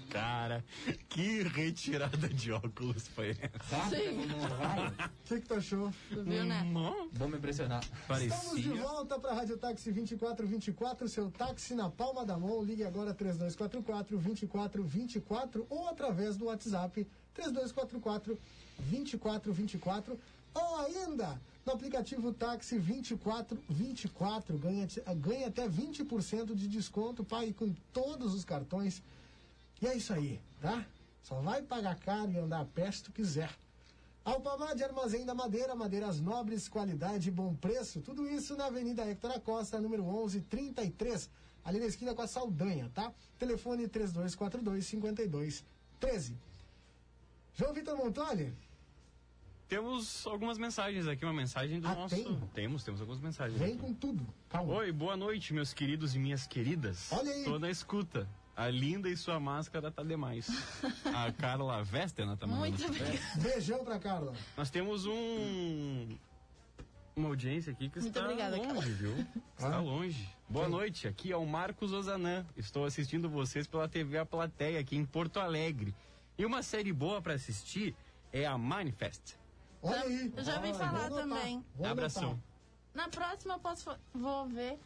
B: Cara, que retirada de óculos foi essa?
D: Sabe?
C: Sim.
A: O que, que tu achou?
C: Tu viu, né?
B: Não,
D: Vou me impressionar.
A: Estamos de
B: parecia.
A: volta para a Rádio Táxi 2424, seu táxi na palma da mão. Ligue agora 3244 2424 ou através do WhatsApp 3244 2424 ou ainda no aplicativo Táxi 2424. Ganha, ganha até 20% de desconto, pague com todos os cartões. E é isso aí, tá? Só vai pagar caro e andar a pé se tu quiser. Alpamar de Armazém da Madeira, madeiras nobres, qualidade e bom preço. Tudo isso na Avenida Hector Acosta, número 1133, ali na esquina com a Saldanha, tá? Telefone 3242-5213. João Vitor Montoli,
B: Temos algumas mensagens aqui, uma mensagem do
A: Ah,
B: nosso.
A: tem?
B: Temos, temos algumas mensagens.
A: vem
B: aqui.
A: com tudo. Calma.
B: Oi, boa noite, meus queridos e minhas queridas.
A: Olha aí.
B: Tô na escuta. A linda e sua máscara tá demais. A Carla Vestena tá mandando.
C: Muito obrigada.
A: Beijão pra Carla.
B: Nós temos um. Uma audiência aqui que
C: Muito
B: está
C: obrigada,
B: longe, viu? Está
A: Ah.
B: longe. Boa noite, aqui é o Marcos Ozanã. Estou assistindo vocês pela TV A Plateia aqui em Porto Alegre. E uma série boa para assistir é a Manifest.
A: Olha aí.
C: Eu já ouvi
A: Olha,
C: falar
A: vou anotar,
C: também.
A: vou
B: Abração.
A: anotar.
C: Na próxima eu posso. fa- Vou ver.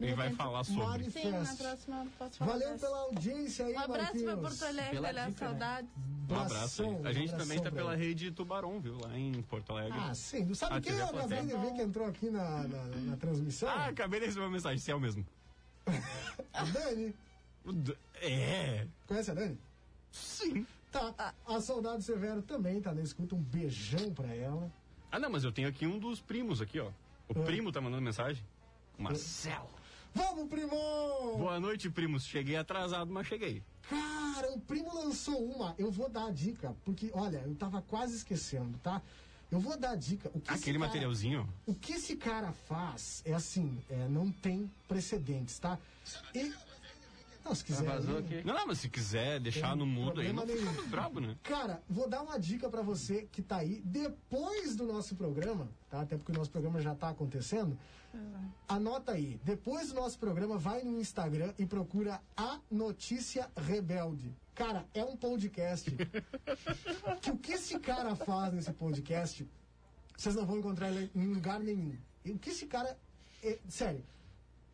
B: E vai falar sobre.
C: Sim, na
A: Manifesto.
C: próxima eu posso falar.
A: Valeu
C: dessa.
A: pela audiência aí,
C: Um abraço pra
A: Marquinhos.
C: Porto Alegre,
D: Pela
C: olha,
D: dica, né?
C: saudades.
B: Um abraço. aí.
A: Abração,
B: A gente
A: abração
B: também tá
A: pra
B: pela
A: ele.
B: rede Tubarão, viu? Lá em Porto Alegre.
A: Ah, sim. Não sabe
B: Ah,
A: quem é
B: teve a
A: o Gabriel
B: plateia.
A: DV que entrou aqui na, na, na transmissão?
B: Ah, acabei de receber uma mensagem, se é o mesmo.
A: A Dani.
B: O D- É.
A: Conhece a Dani?
B: Sim.
A: Tá. A Soldado Severo também tá na escuta. Um beijão pra ela.
B: Ah, não, mas eu tenho aqui um dos primos aqui, ó. O
A: Ah.
B: primo tá mandando mensagem.
A: É.
B: Marcelo.
A: Vamos, primo!
B: Boa noite, primos. Cheguei atrasado, mas cheguei.
A: Cara, o primo lançou uma. Eu vou dar a dica, porque, olha, eu tava quase esquecendo, tá? Eu vou dar a dica. O que esse
B: Aquele
A: cara-
B: materialzinho.
A: O que esse cara faz é assim, é, não tem precedentes, tá? E... Não, se quiser.
D: Vazou
A: aí-
D: aqui.
B: Não, não, mas se quiser deixar
A: Tem
B: no mudo aí, não
A: problema
B: fica
A: nenhum.
B: muito brabo, né?
A: Cara, vou dar uma dica pra você que tá aí depois do nosso programa, tá? Até porque o nosso programa já tá acontecendo. Anota aí. Depois do nosso programa, vai no Instagram e procura a Notícia Rebelde. Cara, é um podcast. que o que esse cara faz nesse podcast, vocês não vão encontrar ele em lugar nenhum. E o que esse cara. é- sério,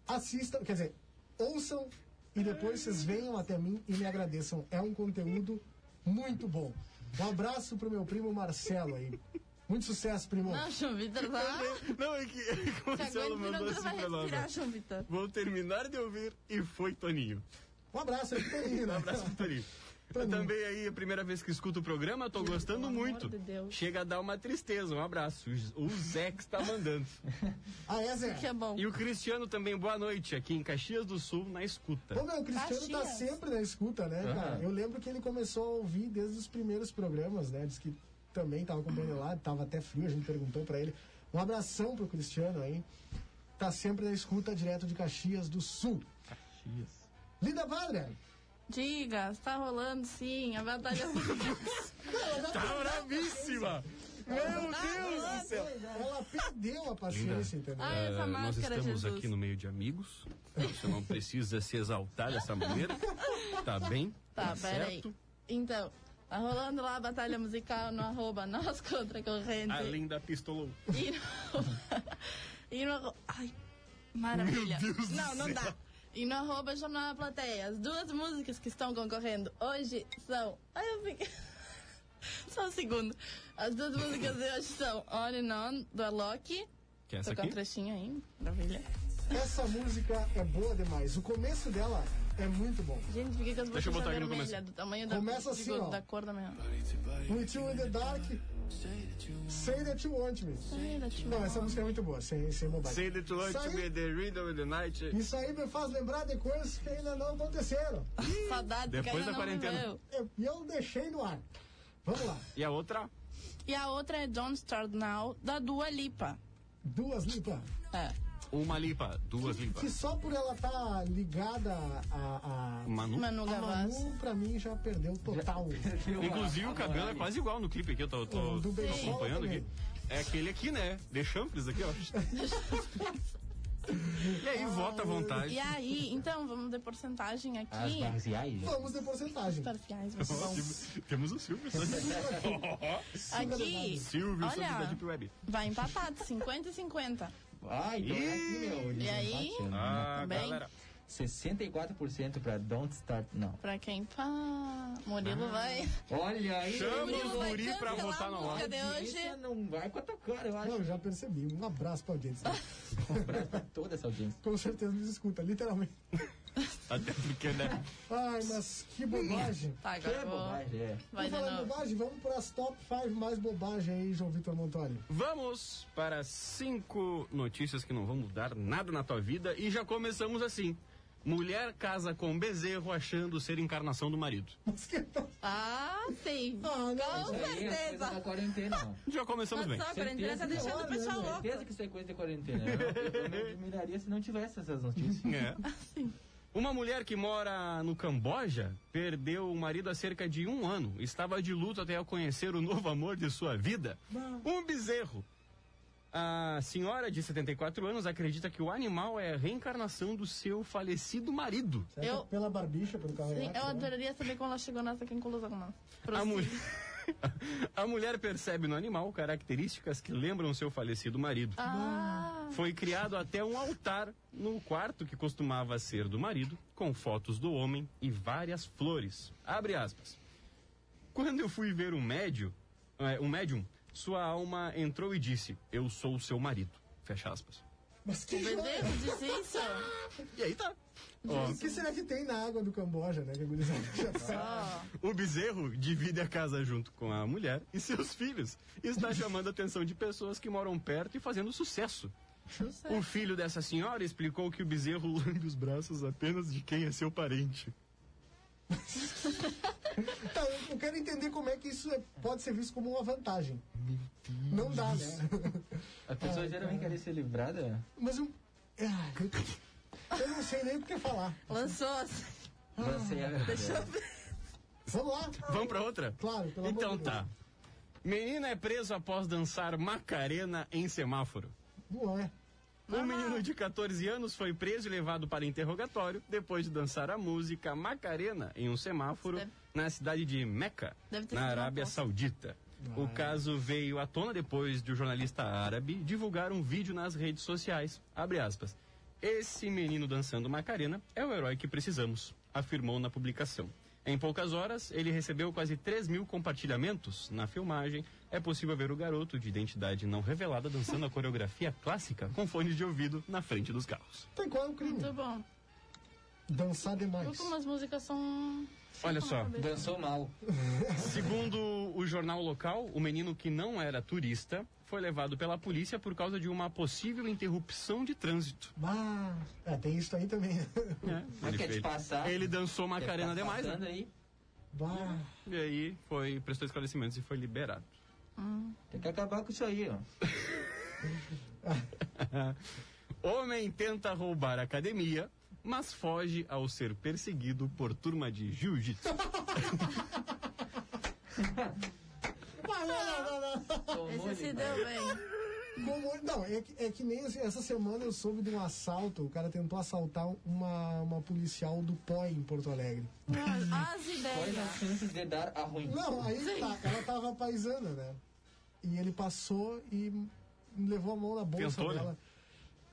A: assistam, quer dizer, ouçam e depois vocês venham até mim e me agradeçam. É um conteúdo muito bom. Um abraço pro meu primo Marcelo aí. Muito sucesso, primo.
C: Não, João Vitor, tá?
B: Não, é que o
C: Se
B: Marcelo
C: aguenta,
B: mandou
C: não
B: assim
C: tu vai
B: pra nós.
C: respirar,
B: ó.
C: João Vitor.
B: Vou terminar de ouvir e foi Toninho.
A: Um abraço aí, Toninho, né?
B: Um abraço pro Toninho. Eu
A: Toninho.
B: também aí, a primeira vez que escuto o programa, eu tô gostando
C: amor
B: muito.
C: de Deus.
B: Chega a dar uma tristeza. Um abraço. O Zé que está mandando.
A: Ah, é, Zé?
C: Que é bom.
B: E o Cristiano também, boa noite, aqui em Caxias do Sul, na escuta.
A: Ô, meu, o Cristiano tá
C: Caxias.
A: sempre na escuta, né, cara?
D: Aham.
A: Eu lembro que ele começou a ouvir desde os primeiros programas, né? Diz que também tava com lá, tava até frio, a gente perguntou pra ele. Um abração pro Cristiano aí. Tá sempre na escuta, direto de Caxias do Sul. Linda Padre!
C: Diga, tá rolando sim, a batalha
B: Tá bravíssima! Meu
C: rolando.
B: Deus do céu!
A: Ela perdeu a paciência, entendeu?
C: Ai, essa
B: Ah, nós
C: máscara,
B: estamos
C: Jesus.
B: aqui no meio de amigos. Você não precisa se exaltar dessa maneira. Tá bem?
C: Tá,
B: certo?
C: peraí. Então, Tá rolando lá a batalha musical no arroba Nós Contra a Corrente.
B: A linda pistolou.
C: E no... e no arro- Ai, maravilha.
G: Meu Deus do
C: não, não
G: céu.
C: dá. E no arroba Jornal da Plateia. As duas músicas que estão concorrendo hoje são... Ai, eu fiquei... Só um segundo. As duas músicas de hoje são On and On, do Alok.
B: Que é essa
C: Tocar um
B: aqui?
C: trechinho aí. Maravilha.
A: Essa música é boa demais. O começo dela é muito bom.
C: Gente, fiquei com as
B: Deixa eu
C: bochechas
B: botar aqui no
C: vermelhas,
B: começo.
C: do tamanho da,
A: Começa assim,
C: digo,
A: ó.
C: da cor da minha...
A: With You in the Dark, Say That You Want Me. Não, essa música é muito boa, sem, sem mobile.
B: Say that you é like to be the rhythm of the night.
A: Isso aí me faz lembrar de coisas que ainda não aconteceram.
C: Saudade que
B: Depois
C: ainda
B: da
C: não
B: quarentena.
C: viveu.
A: Eu- E eu deixei no ar. Vamos lá.
B: E a outra?
C: E a outra é Don't Start Now, da Dua Lipa.
A: Duas limpas.
C: É.
B: Uma limpa, duas
A: Que
B: limpas.
A: só por ela estar ligada a, a,
B: Manu.
G: Ah,
C: Manu
A: a
C: Gavassi.
A: Manu, pra mim, já perdeu total.
B: Inclusive o cabelo é quase igual no clipe aqui, eu tô, tô-
A: Do
B: tô
A: Beisola
B: acompanhando aqui.
A: também.
B: É aquele aqui, né? De Champs aqui, ó. e aí, vota à vontade.
C: E aí, então, vamos de porcentagem
D: As
C: aqui.
D: marciais.
A: Vamos de porcentagem.
C: Parciais, vocês vão.
B: Temos- Temos o Silvio Santos.
C: Aqui,
B: Silvio Santos da
C: olha,
B: Deep Web.
C: vai empatado, 50 e 50.
D: Ai, então é aqui, meu. eles
C: E aí?
D: empatando, né?
B: Ah,
C: Também.
B: galera.
D: 64% pra Don't Start Now.
C: Pra quem pá, Murilo vai...
D: Olha aí.
B: Chama
C: Murilo
B: o
C: vai
B: guri pra
C: cancelar
B: votar
C: a
B: no
C: música
B: Alok.
C: de
D: Esse
C: hoje.
D: não vai com a tua cara, eu acho.
A: Não, já percebi. Um abraço pra audiência.
D: Um abraço pra toda essa audiência.
A: Com certeza nos escuta, literalmente.
B: Até porque, né?
A: Ai, mas que bobagem.
C: Tá,
D: Que é
C: agora vou...
D: bobagem, é.
C: Vai de
A: Vamos falar em
C: novo.
A: bobagem? Vamos para as top 5 mais bobagem aí, João Vitor Montoli.
B: Vamos para cinco notícias que não vão mudar nada na tua vida e já começamos assim. Mulher casa com bezerro achando ser encarnação do marido.
A: Mas que tal?
C: Ah, sim.
A: Ah, não,
C: Com
D: Isso aí é coisa da
C: certeza.
D: quarentena. não.
B: Já começamos
C: Mas
B: bem.
C: só a quarentena tá deixando o pessoal louco.
D: Certeza que isso é coisa de quarentena. Eu, eu me admiraria se não tivesse essas notícias.
B: É.
C: Ah,
B: Uma mulher que mora no Camboja perdeu o marido há cerca de um ano. Estava de luto até ao conhecer o novo amor de sua vida. Um bezerro. A senhora de 74 anos acredita que o animal é a reencarnação do seu falecido marido.
A: Será que é
C: Eu-
A: Pela barbicha, pelo
C: Sim,
A: cavanhaque.
C: eu
A: né?
C: adoraria saber como ela chegou nessa conclusão, mas...
B: A,
C: prossiga.
B: mulher- a mulher percebe no animal características que lembram seu falecido marido.
C: Ah,
B: Foi criado até um altar no quarto que costumava ser do marido, com fotos do homem e várias flores. Abre aspas. Quando eu fui ver um médium, é, um médium, sua alma entrou e disse: Eu sou o seu marido. Fecha aspas.
A: Mas que
C: meu
A: joia!
C: Deus, disse isso?
B: E aí tá.
A: O que será que tem na água do Camboja, né? Que a gurizada já sabe.
C: Ó,
B: O bezerro divide a casa junto com a mulher e seus filhos. Está chamando a atenção de pessoas que moram perto e fazendo sucesso. O filho dessa senhora explicou que o bezerro lambe os braços apenas de quem é seu parente.
A: Tá, eu- eu quero entender como é que isso é- pode ser visto como uma vantagem. Não dá, né?
D: A pessoa geralmente quer ser livrada.
A: Mas eu... Ah, eu- Eu não sei nem o que falar.
C: lançou assim.
D: Você é
A: Vamos lá?
B: Vamos pra outra?
A: Claro, pelo amor
B: Então
A: de
B: tá. Menina é preso após dançar Macarena em semáforo.
A: Deus. Não é.
B: Um menino de 14 anos foi preso e levado para interrogatório depois de dançar a música Macarena em um semáforo
A: é
C: Deve-
B: na cidade de Meca,
C: Deve ter
B: na
C: sido uma
B: Arábia
C: aposta.
B: Saudita. O caso veio à tona depois de o jornalista árabe divulgar um vídeo nas redes sociais. Abre aspas. Esse menino dançando Macarena é o herói que precisamos, afirmou na publicação. Em poucas horas, ele recebeu quase 3 mil compartilhamentos. Na filmagem, é possível ver o garoto de identidade não revelada dançando a coreografia clássica com fones de ouvido na frente dos carros.
A: Então qual é o crime?
C: Muito bom.
A: Dançar
C: Viu
A: demais.
C: como as músicas são.
B: Olha só,
D: Dançou mal.
B: Segundo o jornal local, o menino que não era turista foi levado pela polícia por causa de uma possível interrupção de trânsito.
A: Ah, é, tem isso aí também. né?
D: É. Mas quer te passar.
B: ele dançou
D: quer
B: Macarena
D: ficar
B: demais,
D: passando
B: né?
D: aí.
A: Bah.
B: E aí foi, prestou esclarecimentos e foi liberado.
D: Tem que acabar com isso aí, ó.
B: Homem tenta roubar a academia, mas foge ao ser perseguido por turma de jiu-jitsu.
A: Ah, não, não, não, não.
D: Tomou
C: Esse se
D: demais.
C: deu bem.
A: Bom, olho- não, é que, é que nem assim, essa semana eu soube de um assalto, o cara tentou assaltar uma, uma policial do POI em Porto Alegre.
C: Ah, As
D: Quais
C: ideias.
D: as chances de dar a ruim?
A: Não, aí que tá, ela tava paisana, né? E ele passou e levou a mão na bolsa
B: Tentou, né?
A: dela.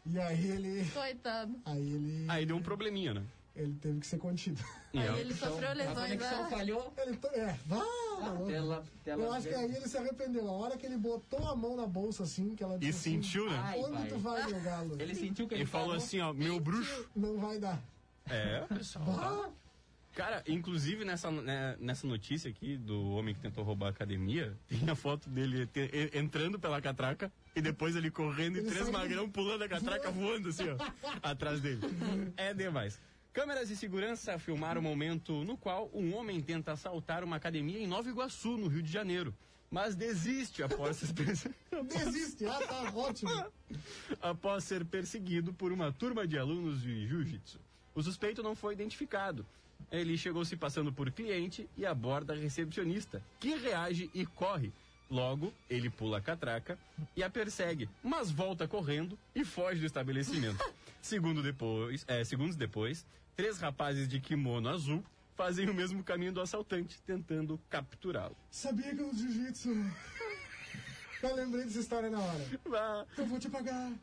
A: E aí ele.
C: Coitado.
A: Aí ele.
B: Aí deu um probleminha, né?
A: Ele teve que ser contido.
B: E
C: Aí
B: ela-
C: ele sofreu
D: a
C: lesões. né?
A: né?
D: conexão
C: da...
D: falhou.
A: Ele. to- É, vá,
D: Ah,
A: maluco.
D: Tela, tela
A: Eu acho que é
D: verde.
A: aí ele se arrependeu. A hora que ele botou a mão na bolsa assim, que ela
B: E
A: disse. assim,
B: sentiu, né?
D: Ai,
A: Onde
D: vai.
A: tu vai, meu galo?
D: Ele sentiu que Ah, ele
B: E falou
D: pagou.
B: assim, ó, meu bruxo.
A: Não vai dar.
B: É, pessoal. tá? Cara, inclusive nessa, né, nessa notícia aqui do homem que tentou roubar a academia, tem a foto dele te- e- entrando pela catraca e depois ele correndo e
A: Ele
B: três
A: saiu-
B: magrão pulando a catraca voando assim, ó, atrás dele. É demais. Câmeras de segurança filmaram o momento no qual um homem tenta assaltar uma academia em Nova Iguaçu, no Rio de Janeiro, mas desiste após ser perse-
A: Desiste, ah, tá ótimo.
B: após ser perseguido por uma turma de alunos de jiu-jitsu. O suspeito não foi identificado. Ele chegou se passando por cliente e aborda a recepcionista, que reage e corre. Logo, ele pula a catraca e a persegue, mas volta correndo e foge do estabelecimento. Segundo depois, é, segundos depois, três rapazes de kimono azul fazem o mesmo caminho do assaltante, tentando capturá-lo.
A: Sabia que o jiu-jitsu. Eu lembrei dessa história na hora.
B: Ah,
A: Eu vou te pagar.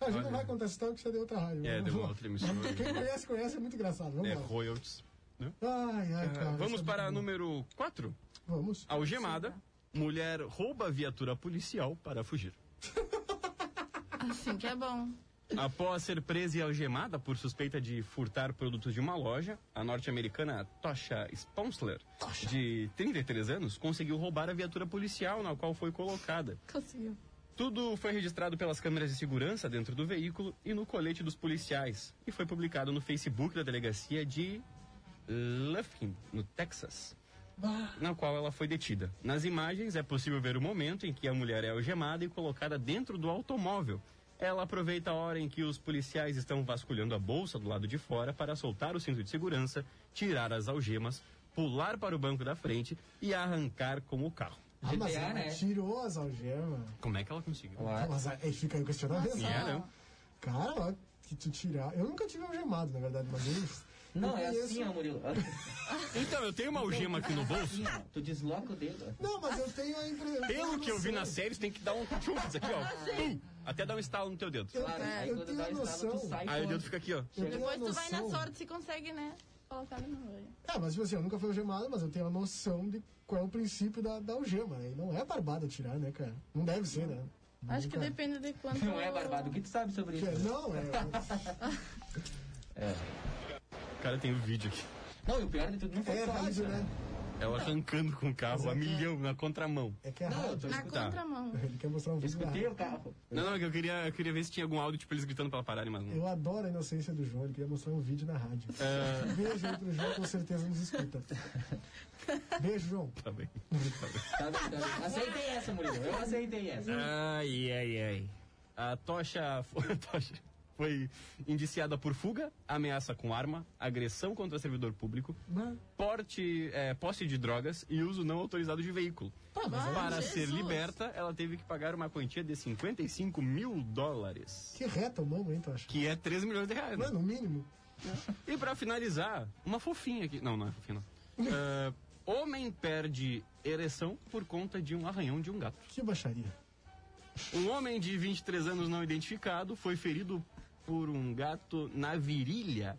A: A gente
B: Olha.
A: não vai contar essa história que você deu outra raiva.
B: É, deu uma outra emissora.
A: Quem conhece, conhece, é muito engraçado. Vamos
B: É,
A: lá.
B: royalties. né?
A: Ai, ai, cara.
B: Vamos
A: isso é
B: para
A: muito bom.
B: número 4.
A: Vamos. Ah,
B: Algemada, mulher rouba viatura policial para fugir.
C: Assim que é bom.
B: Após ser presa e algemada por suspeita de furtar produtos de uma loja, a norte-americana Tosha Sponsler, de 33 anos, conseguiu roubar a viatura policial na qual foi colocada.
C: Conseguiu.
B: Tudo foi registrado pelas câmeras de segurança dentro do veículo e no colete dos policiais, e foi publicado no Facebook da delegacia de Lufkin, no Texas, na qual ela foi detida. Nas imagens é possível ver o momento em que a mulher é algemada e colocada dentro do automóvel. Ela aproveita a hora em que os policiais estão vasculhando a bolsa do lado de fora para soltar o cinto de segurança, tirar as algemas, pular para o banco da frente e arrancar com o carro.
A: Ah, mas
D: GTA,
A: ela
D: né?
A: tirou as algemas.
B: Como é que ela conseguiu?
D: Claro.
A: Mas aí fica aí o questionamento.
C: Nossa.
B: É, né?
A: Cara, ó, que tu tirar. Eu nunca tive algemado, na verdade, mas eles.
D: Não,
A: eu
D: é
A: conheço-
D: assim, ó, Murilo.
B: Então, eu tenho uma algema aqui no bolso.
D: Assim, ó, tu desloca o dedo.
A: Não, mas eu tenho a impressão.
B: Pelo que eu vi na
A: nas
B: série, você tem que dar um chutes aqui, ó. Pum! até dar um estalo no teu dedo.
A: Eu,
D: Claro,
A: tenho-
D: aí
A: eu
D: quando
A: tenho
D: dá
A: a
D: o estalo,
A: noção.
D: tu sai
B: Aí o
D: fora.
B: dedo fica aqui, ó.
A: Eu tenho a
C: Depois tu vai na
A: noção-
C: sorte se consegue, né? Colocar ele no olho.
A: É, mas tipo assim, eu nunca fui algemado, mas eu tenho a noção de qual é o princípio da, da algema, né? E não é barbada tirar, né, cara? Não deve ser, né?
C: Acho que
A: Nunca.
C: depende de quanto.
D: Não é barbado. O que tu sabe sobre isso?
A: É, Não, é.
B: Cara, tem o vídeo aqui.
D: Não, e o pior de tudo não foi
A: É
D: só isso,
A: rádio, né?
B: Ela arrancando com o carro a milhão, na contramão.
A: É que é
D: Não, eu
A: rádio.
D: tô
C: Na
D: escutando.
B: Tá.
C: contramão.
A: Ele quer mostrar um
D: Eu
A: vídeo da
D: escutei
A: rádio.
D: o carro.
B: Não, não, é que eu queria, eu queria ver se tinha algum áudio, tipo, eles gritando pra ela pararem, mas não.
A: Eu adoro a inocência do João, ele queria mostrar um vídeo na rádio.
B: É.
A: Beijo aí pro João, com certeza nos escuta. Beijo, João.
B: Tá bem.
D: Tá bem, tá bem. Aceitei essa, Murilo. Eu aceitei essa.
A: É,
B: Ai, ai, ai. A tocha, fo- a tocha foi indiciada por fuga, ameaça com arma, agressão contra servidor público,
A: Mas-
B: porte, é, posse de drogas e uso não autorizado de veículo.
C: mas-
B: Para
C: Ah,
B: ser
C: Jesus.
B: liberta, ela teve que pagar uma quantia de 55 mil dólares.
A: Que reta o mamo, hein, tu acha?
B: Que é 3 milhões de reais. né?
A: Mano, no mínimo.
B: E pra finalizar, uma fofinha aqui. Não, não é fofinha, não. Ah, homem perde ereção por conta de um arranhão de um gato.
A: Que baixaria.
B: Um homem de 23 anos não identificado foi ferido por um gato na virilha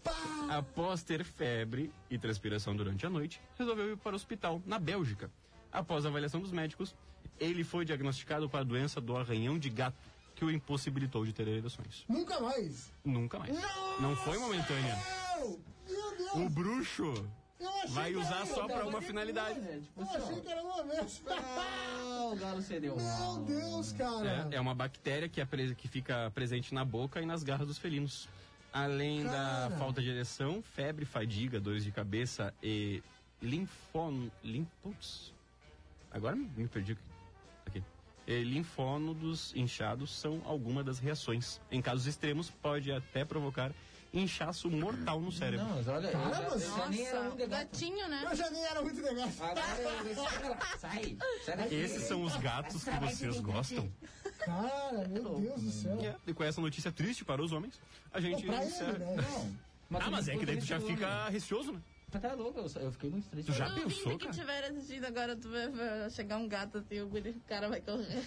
B: após ter febre e transpiração durante a noite. Resolveu ir para o hospital na Bélgica. Após a avaliação dos médicos, ele foi diagnosticado com a doença do arranhão de gato, que o impossibilitou de ter ereções.
A: Nunca mais.
B: Nunca mais. Não foi momentânea.
A: Meu Meu Deus.
B: O bruxo
A: Eu achei
B: vai
A: que era
B: usar
A: isso.
B: só pra uma
D: Mas é
B: finalidade.
D: boa, né? Tipo
A: Eu
D: assim,
A: achei
D: ó,
A: que era uma vez.
D: ah, o galo cedeu.
A: Meu Deus, cara.
B: É, é uma bactéria que, é presa- que fica presente na boca e nas garras dos felinos. Além
A: Cara.
B: da falta de ereção, febre, fadiga, dores de cabeça e linfon... Lim... Putz. Agora me- me perdi aqui. aqui. E linfônodos inchados são alguma das reações. Em casos extremos, pode até provocar inchaço mortal no cérebro.
D: Não, mas olha, eu
A: Cara,
D: já-
A: mas-
D: eu já nem era um
C: Nossa,
D: de gato.
C: gatinho,
B: é.
C: né?
A: Eu já nem era muito legal.
D: Agora eu- Sai, sai daqui.
B: Esses são os gatos que vocês gostam?
A: Cara, meu Deus do céu.
B: É, e com essa notícia triste para os homens, a
A: Não,
B: gente.
A: pra
B: encerra.
A: ele, né?
D: Não.
B: Ah, mas é que daí tu já
D: eu-
B: fica receoso, né?
D: Tá, Tá louco, eu, eu fiquei muito triste.
B: Tu já-
C: Pro ouvinte
B: pensou,
C: que
B: cara?
C: estiver assistindo agora, tu vai vai chegar um gato assim, o guri- o cara vai correr.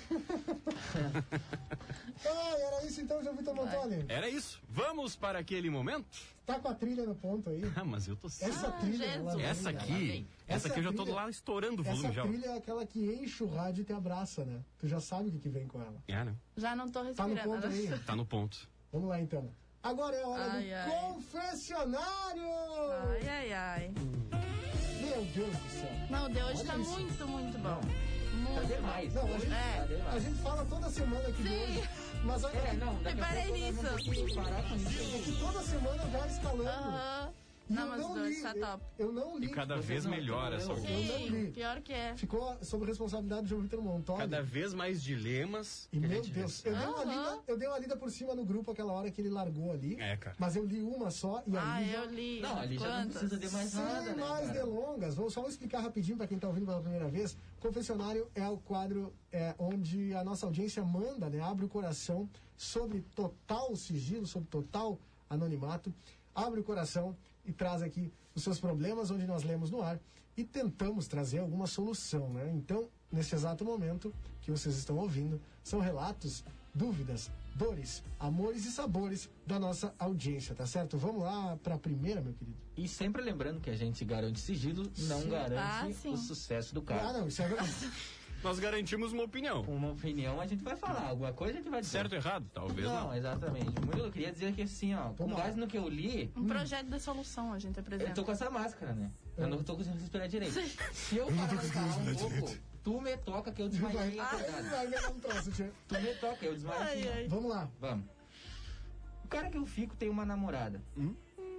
A: Ah, era isso então, João Vitor Montoli.
B: Era isso. Vamos para aquele momento?
A: Tá com a trilha no ponto aí.
B: Ah, mas eu tô certo.
A: Essa
C: Ah,
A: trilha,
C: Jesus.
A: ela vem,
B: Essa
A: ela
B: aqui,
D: vem.
B: essa aqui eu já tô
A: Essa
B: lá estourando o
A: Essa
B: volume já. ó.
A: trilha é aquela que enche o rádio e te abraça, né? Tu já sabe o que, que vem com ela.
B: É, né?
C: Já não tô
A: Tá no
C: respirando.
A: ponto aí?
B: Tá no ponto.
A: Vamos lá então. Agora é a hora
C: né? Ai,
A: do
C: ai.
A: confessionário!
C: ai, ai, ai.
A: Meu Deus do céu.
C: Não, o de hoje
A: Olha
C: tá
A: isso.
C: muito, muito bom.
D: Tá
C: Muito bom.
D: demais.
A: Não,
D: hoje
A: hoje-
D: tá
A: A
D: demais.
A: gente fala toda semana aqui de
C: Sim.
A: hoje, mas olha
D: É,
A: que-
D: não, daqui a
C: Reparei
D: pouco nós vamos
C: nisso.
D: ter que parar com isso.
A: que toda semana vai escalando.
C: Aham.
A: E
C: Não,
A: eu
C: mas o de hoje tá
A: eu-
C: top.
A: Eu não li.
B: E cada vez
D: não-
B: melhor essa
D: eu-
B: audiência.
A: Eu não
C: Sim,
A: li.
C: pior que é.
A: Ficou sob responsabilidade do João Vitor Montoli.
B: Cada vez mais dilemas.
A: E
B: que a
A: meu
B: gente
A: Deus,
B: vê.
A: eu dei, uma
C: Aham.
A: lida, eu dei uma lida por cima no grupo aquela hora que ele largou ali.
B: É, cara.
A: Mas eu li uma só e
C: Ah,
A: ali já-
C: eu li.
D: Não, ali já não
C: Quantas?
D: precisa de mais
A: Sem
D: nada, né,
A: mais
D: cara?
A: delongas, vou só vou explicar rapidinho para quem está ouvindo pela primeira vez. Confessionário é o quadro é, onde a nossa audiência manda, né, abre o coração sobre total sigilo, sobre total anonimato, abre o coração e traz aqui os seus problemas, onde nós lemos no ar e tentamos trazer alguma solução. Né? Então, nesse exato momento que vocês estão ouvindo, são relatos, dúvidas, dores, amores e sabores da nossa audiência, tá certo? Vamos lá para a primeira, meu querido.
D: E sempre lembrando que a gente garante sigilo, não
C: Ah,
D: garante
C: sim.
D: o sucesso do
A: Ah,
D: cara.
A: não, isso é verdade.
B: Nós garantimos uma opinião.
D: Uma opinião a gente vai falar, alguma coisa a gente vai dizer.
B: Certo ou errado? Talvez não.
D: Não, é exatamente. Murilo, eu queria dizer que assim, ó, com
A: Vamos lá.
D: base no que eu li,
C: Um projeto da solução a gente
D: eu
C: apresenta.
D: tô com essa máscara, né? Eu não tô conseguindo respirar direito. Se eu parar de falar um pouco, tu me toca que eu
A: Vai,
D: desmaiei. cara.
A: vai ganhar um troço, tia.
D: Tu me toca, eu desmaiei.
C: Ai,
D: aqui,
C: ai.
A: Vamos lá.
D: ó. Vamos. O cara que eu fico tem uma namorada.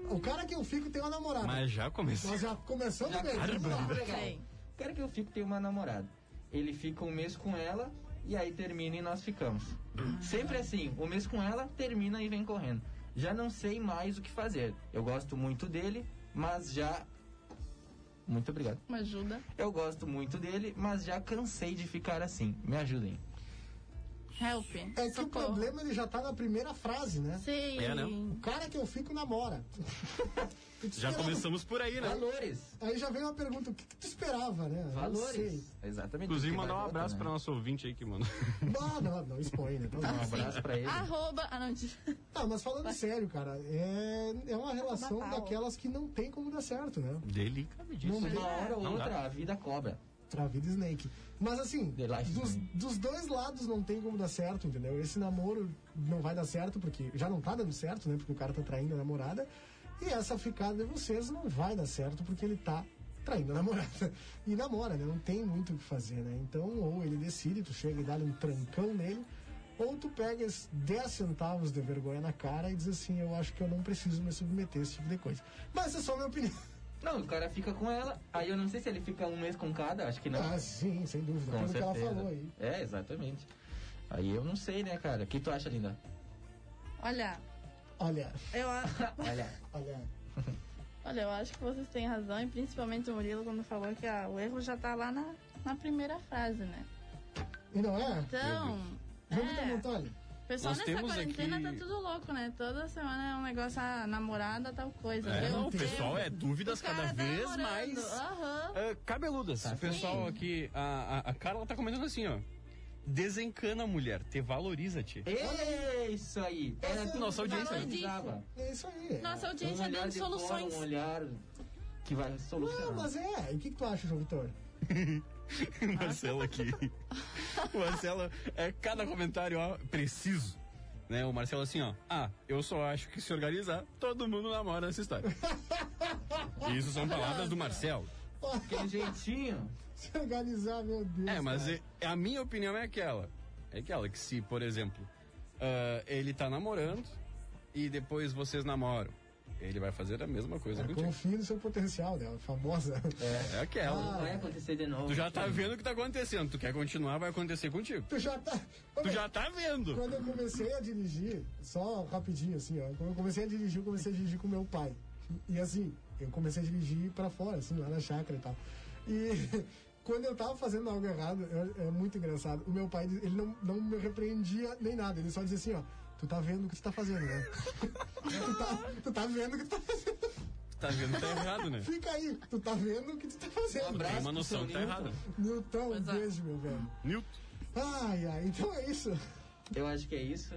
A: O cara que eu fico tem uma namorada.
B: Mas já comecei.
A: Nós já começamos
D: Já
A: bem.
D: cara,
A: Vamos lá.
D: legal.
C: Sim.
D: O cara que eu fico tem uma namorada. Ele fica um mês com ela e aí termina e nós ficamos. Sempre assim, um mês com ela, termina e vem correndo. Já não sei mais o que fazer. Eu gosto muito dele, mas já. Muito obrigado.
C: Uma ajuda.
D: Eu gosto muito dele, mas já cansei de ficar assim. Me ajudem.
C: Help.
A: É que o
C: Socorro.
A: problema ele já tá na primeira frase, né?
C: Sim.
B: É, né?
A: O cara que eu fico namora. Tu te
B: Já
A: esperava.
B: começamos por aí, né?
D: Valores!
A: Aí já vem uma pergunta, o que, que tu esperava, né? Eu não sei.
D: Valores! Exatamente.
B: Inclusive,
D: Porque
B: mandar um
D: vai outra,
B: abraço
D: né?
B: pra nosso ouvinte aí que mandou.
A: Ah, não, não, expõe, né? Tá
D: Um
A: bom.
D: abraço pra ele.
C: Arroba. Ah, não, de-
A: Tá, mas falando sério, cara, é, é uma relação
C: Natal.
A: daquelas que não tem como dar certo, né?
B: Delicadíssimo.
A: Não-
D: Uma hora ou
B: Não dá.
D: outra, a vida cobra.
A: A vida Snake. Mas assim,
D: The Life
A: dos,
D: Snake.
A: dos dois lados não tem como dar certo, entendeu? Esse namoro não vai dar certo, porque já não tá dando certo, né? Porque o cara tá traindo a namorada. E essa ficada de vocês não vai dar certo, porque ele tá traindo a namorada. E namora, né? Não tem muito o que fazer, né? Então, ou ele decide, tu chega e dá um trancão nele, ou tu pega esses 10 centavos de vergonha na cara e diz assim: eu acho que eu não preciso me submeter a esse tipo de coisa. Mas essa é só minha opinião.
D: Não, o cara fica com ela, aí eu não sei se ele fica um mês com cada, acho que não.
A: Ah, sim, sem dúvida.
D: Com
A: Pelo que ela
D: certeza.
A: falou aí.
D: É, exatamente. Aí eu não sei, né, cara? O que tu acha, linda?
C: Olha,
A: Olha,
C: eu, a-
D: Olha,
A: olha.
C: olha, eu acho que vocês têm razão, e principalmente o Murilo quando falou que ah, o erro já tá lá na, na primeira frase, né?
A: E não é?
C: Então.
A: Vamos dar
C: é.
A: montanha?
C: Pessoal,
B: Nós
C: nessa
B: temos
C: quarentena
B: aqui-
C: tá tudo louco, né? Toda semana é um negócio, ah, namorada, tal coisa.
B: É,
C: Meu
B: não, o
C: Deus.
B: pessoal é dúvidas
C: O cara
B: cada
C: tá
B: vez
C: namorando.
B: mais
C: Aham.
B: ah, cabeludas. o pessoal aqui, a, a, a Carla tá comentando assim, ó. Desencana a mulher, te valoriza, te
D: é isso aí. Era tudo
B: Nossa
D: que
B: audiência, né?
D: precisava.
A: É isso aí.
C: Nossa
D: Um
C: audiência
D: olhar
C: dando
D: de fora,
C: soluções.
D: um olhar que vai
A: Não,
D: solucionar.
A: mas é. E o que, que tu acha, João Vitor?
B: Marcelo aqui. o Marcelo, é cada comentário, ó, preciso. Né, o Marcelo assim, ó. Ah, eu só acho que se organizar, todo mundo namora essa história. Isso são palavras do Marcelo.
D: Aquele jeitinho.
A: Se organizar, meu Deus.
B: É, mas
A: cara.
B: e- a minha opinião é aquela. É aquela que se, por exemplo, ah, ele tá namorando e depois vocês namoram, ele vai fazer a mesma coisa
A: É,
B: contigo.
A: Confia no seu potencial, né? A famosa.
B: É aquela.
D: Ah, Vai acontecer de novo.
B: Tu já tá vendo o que tá acontecendo. Tu quer continuar, vai acontecer contigo.
A: Tu já tá.
B: Tu já tá vendo.
A: Quando eu comecei a dirigir, só rapidinho assim, ó. Quando eu comecei a dirigir, eu comecei a dirigir com meu pai. E assim, eu comecei a dirigir pra fora, assim, lá na chácara e tal. E quando eu tava fazendo algo errado, eu- é muito engraçado. O meu pai, ele não, não me repreendia nem nada. Ele só dizia assim, ó. Tu tá vendo o que tu tá fazendo, né? tu, tá, tu tá vendo o que tu tá fazendo.
B: Tá vendo? Tá errado, né?
A: Fica aí. Tu tá vendo o que tu tá
D: Um
A: fazendo.
D: abraço.
B: Tem uma noção que tá
D: Newton.
B: errado.
A: Newton, um
C: Pois é.
A: beijo, meu velho.
B: Newton.
A: Ai, ai. Então é isso.
D: Eu acho que é isso.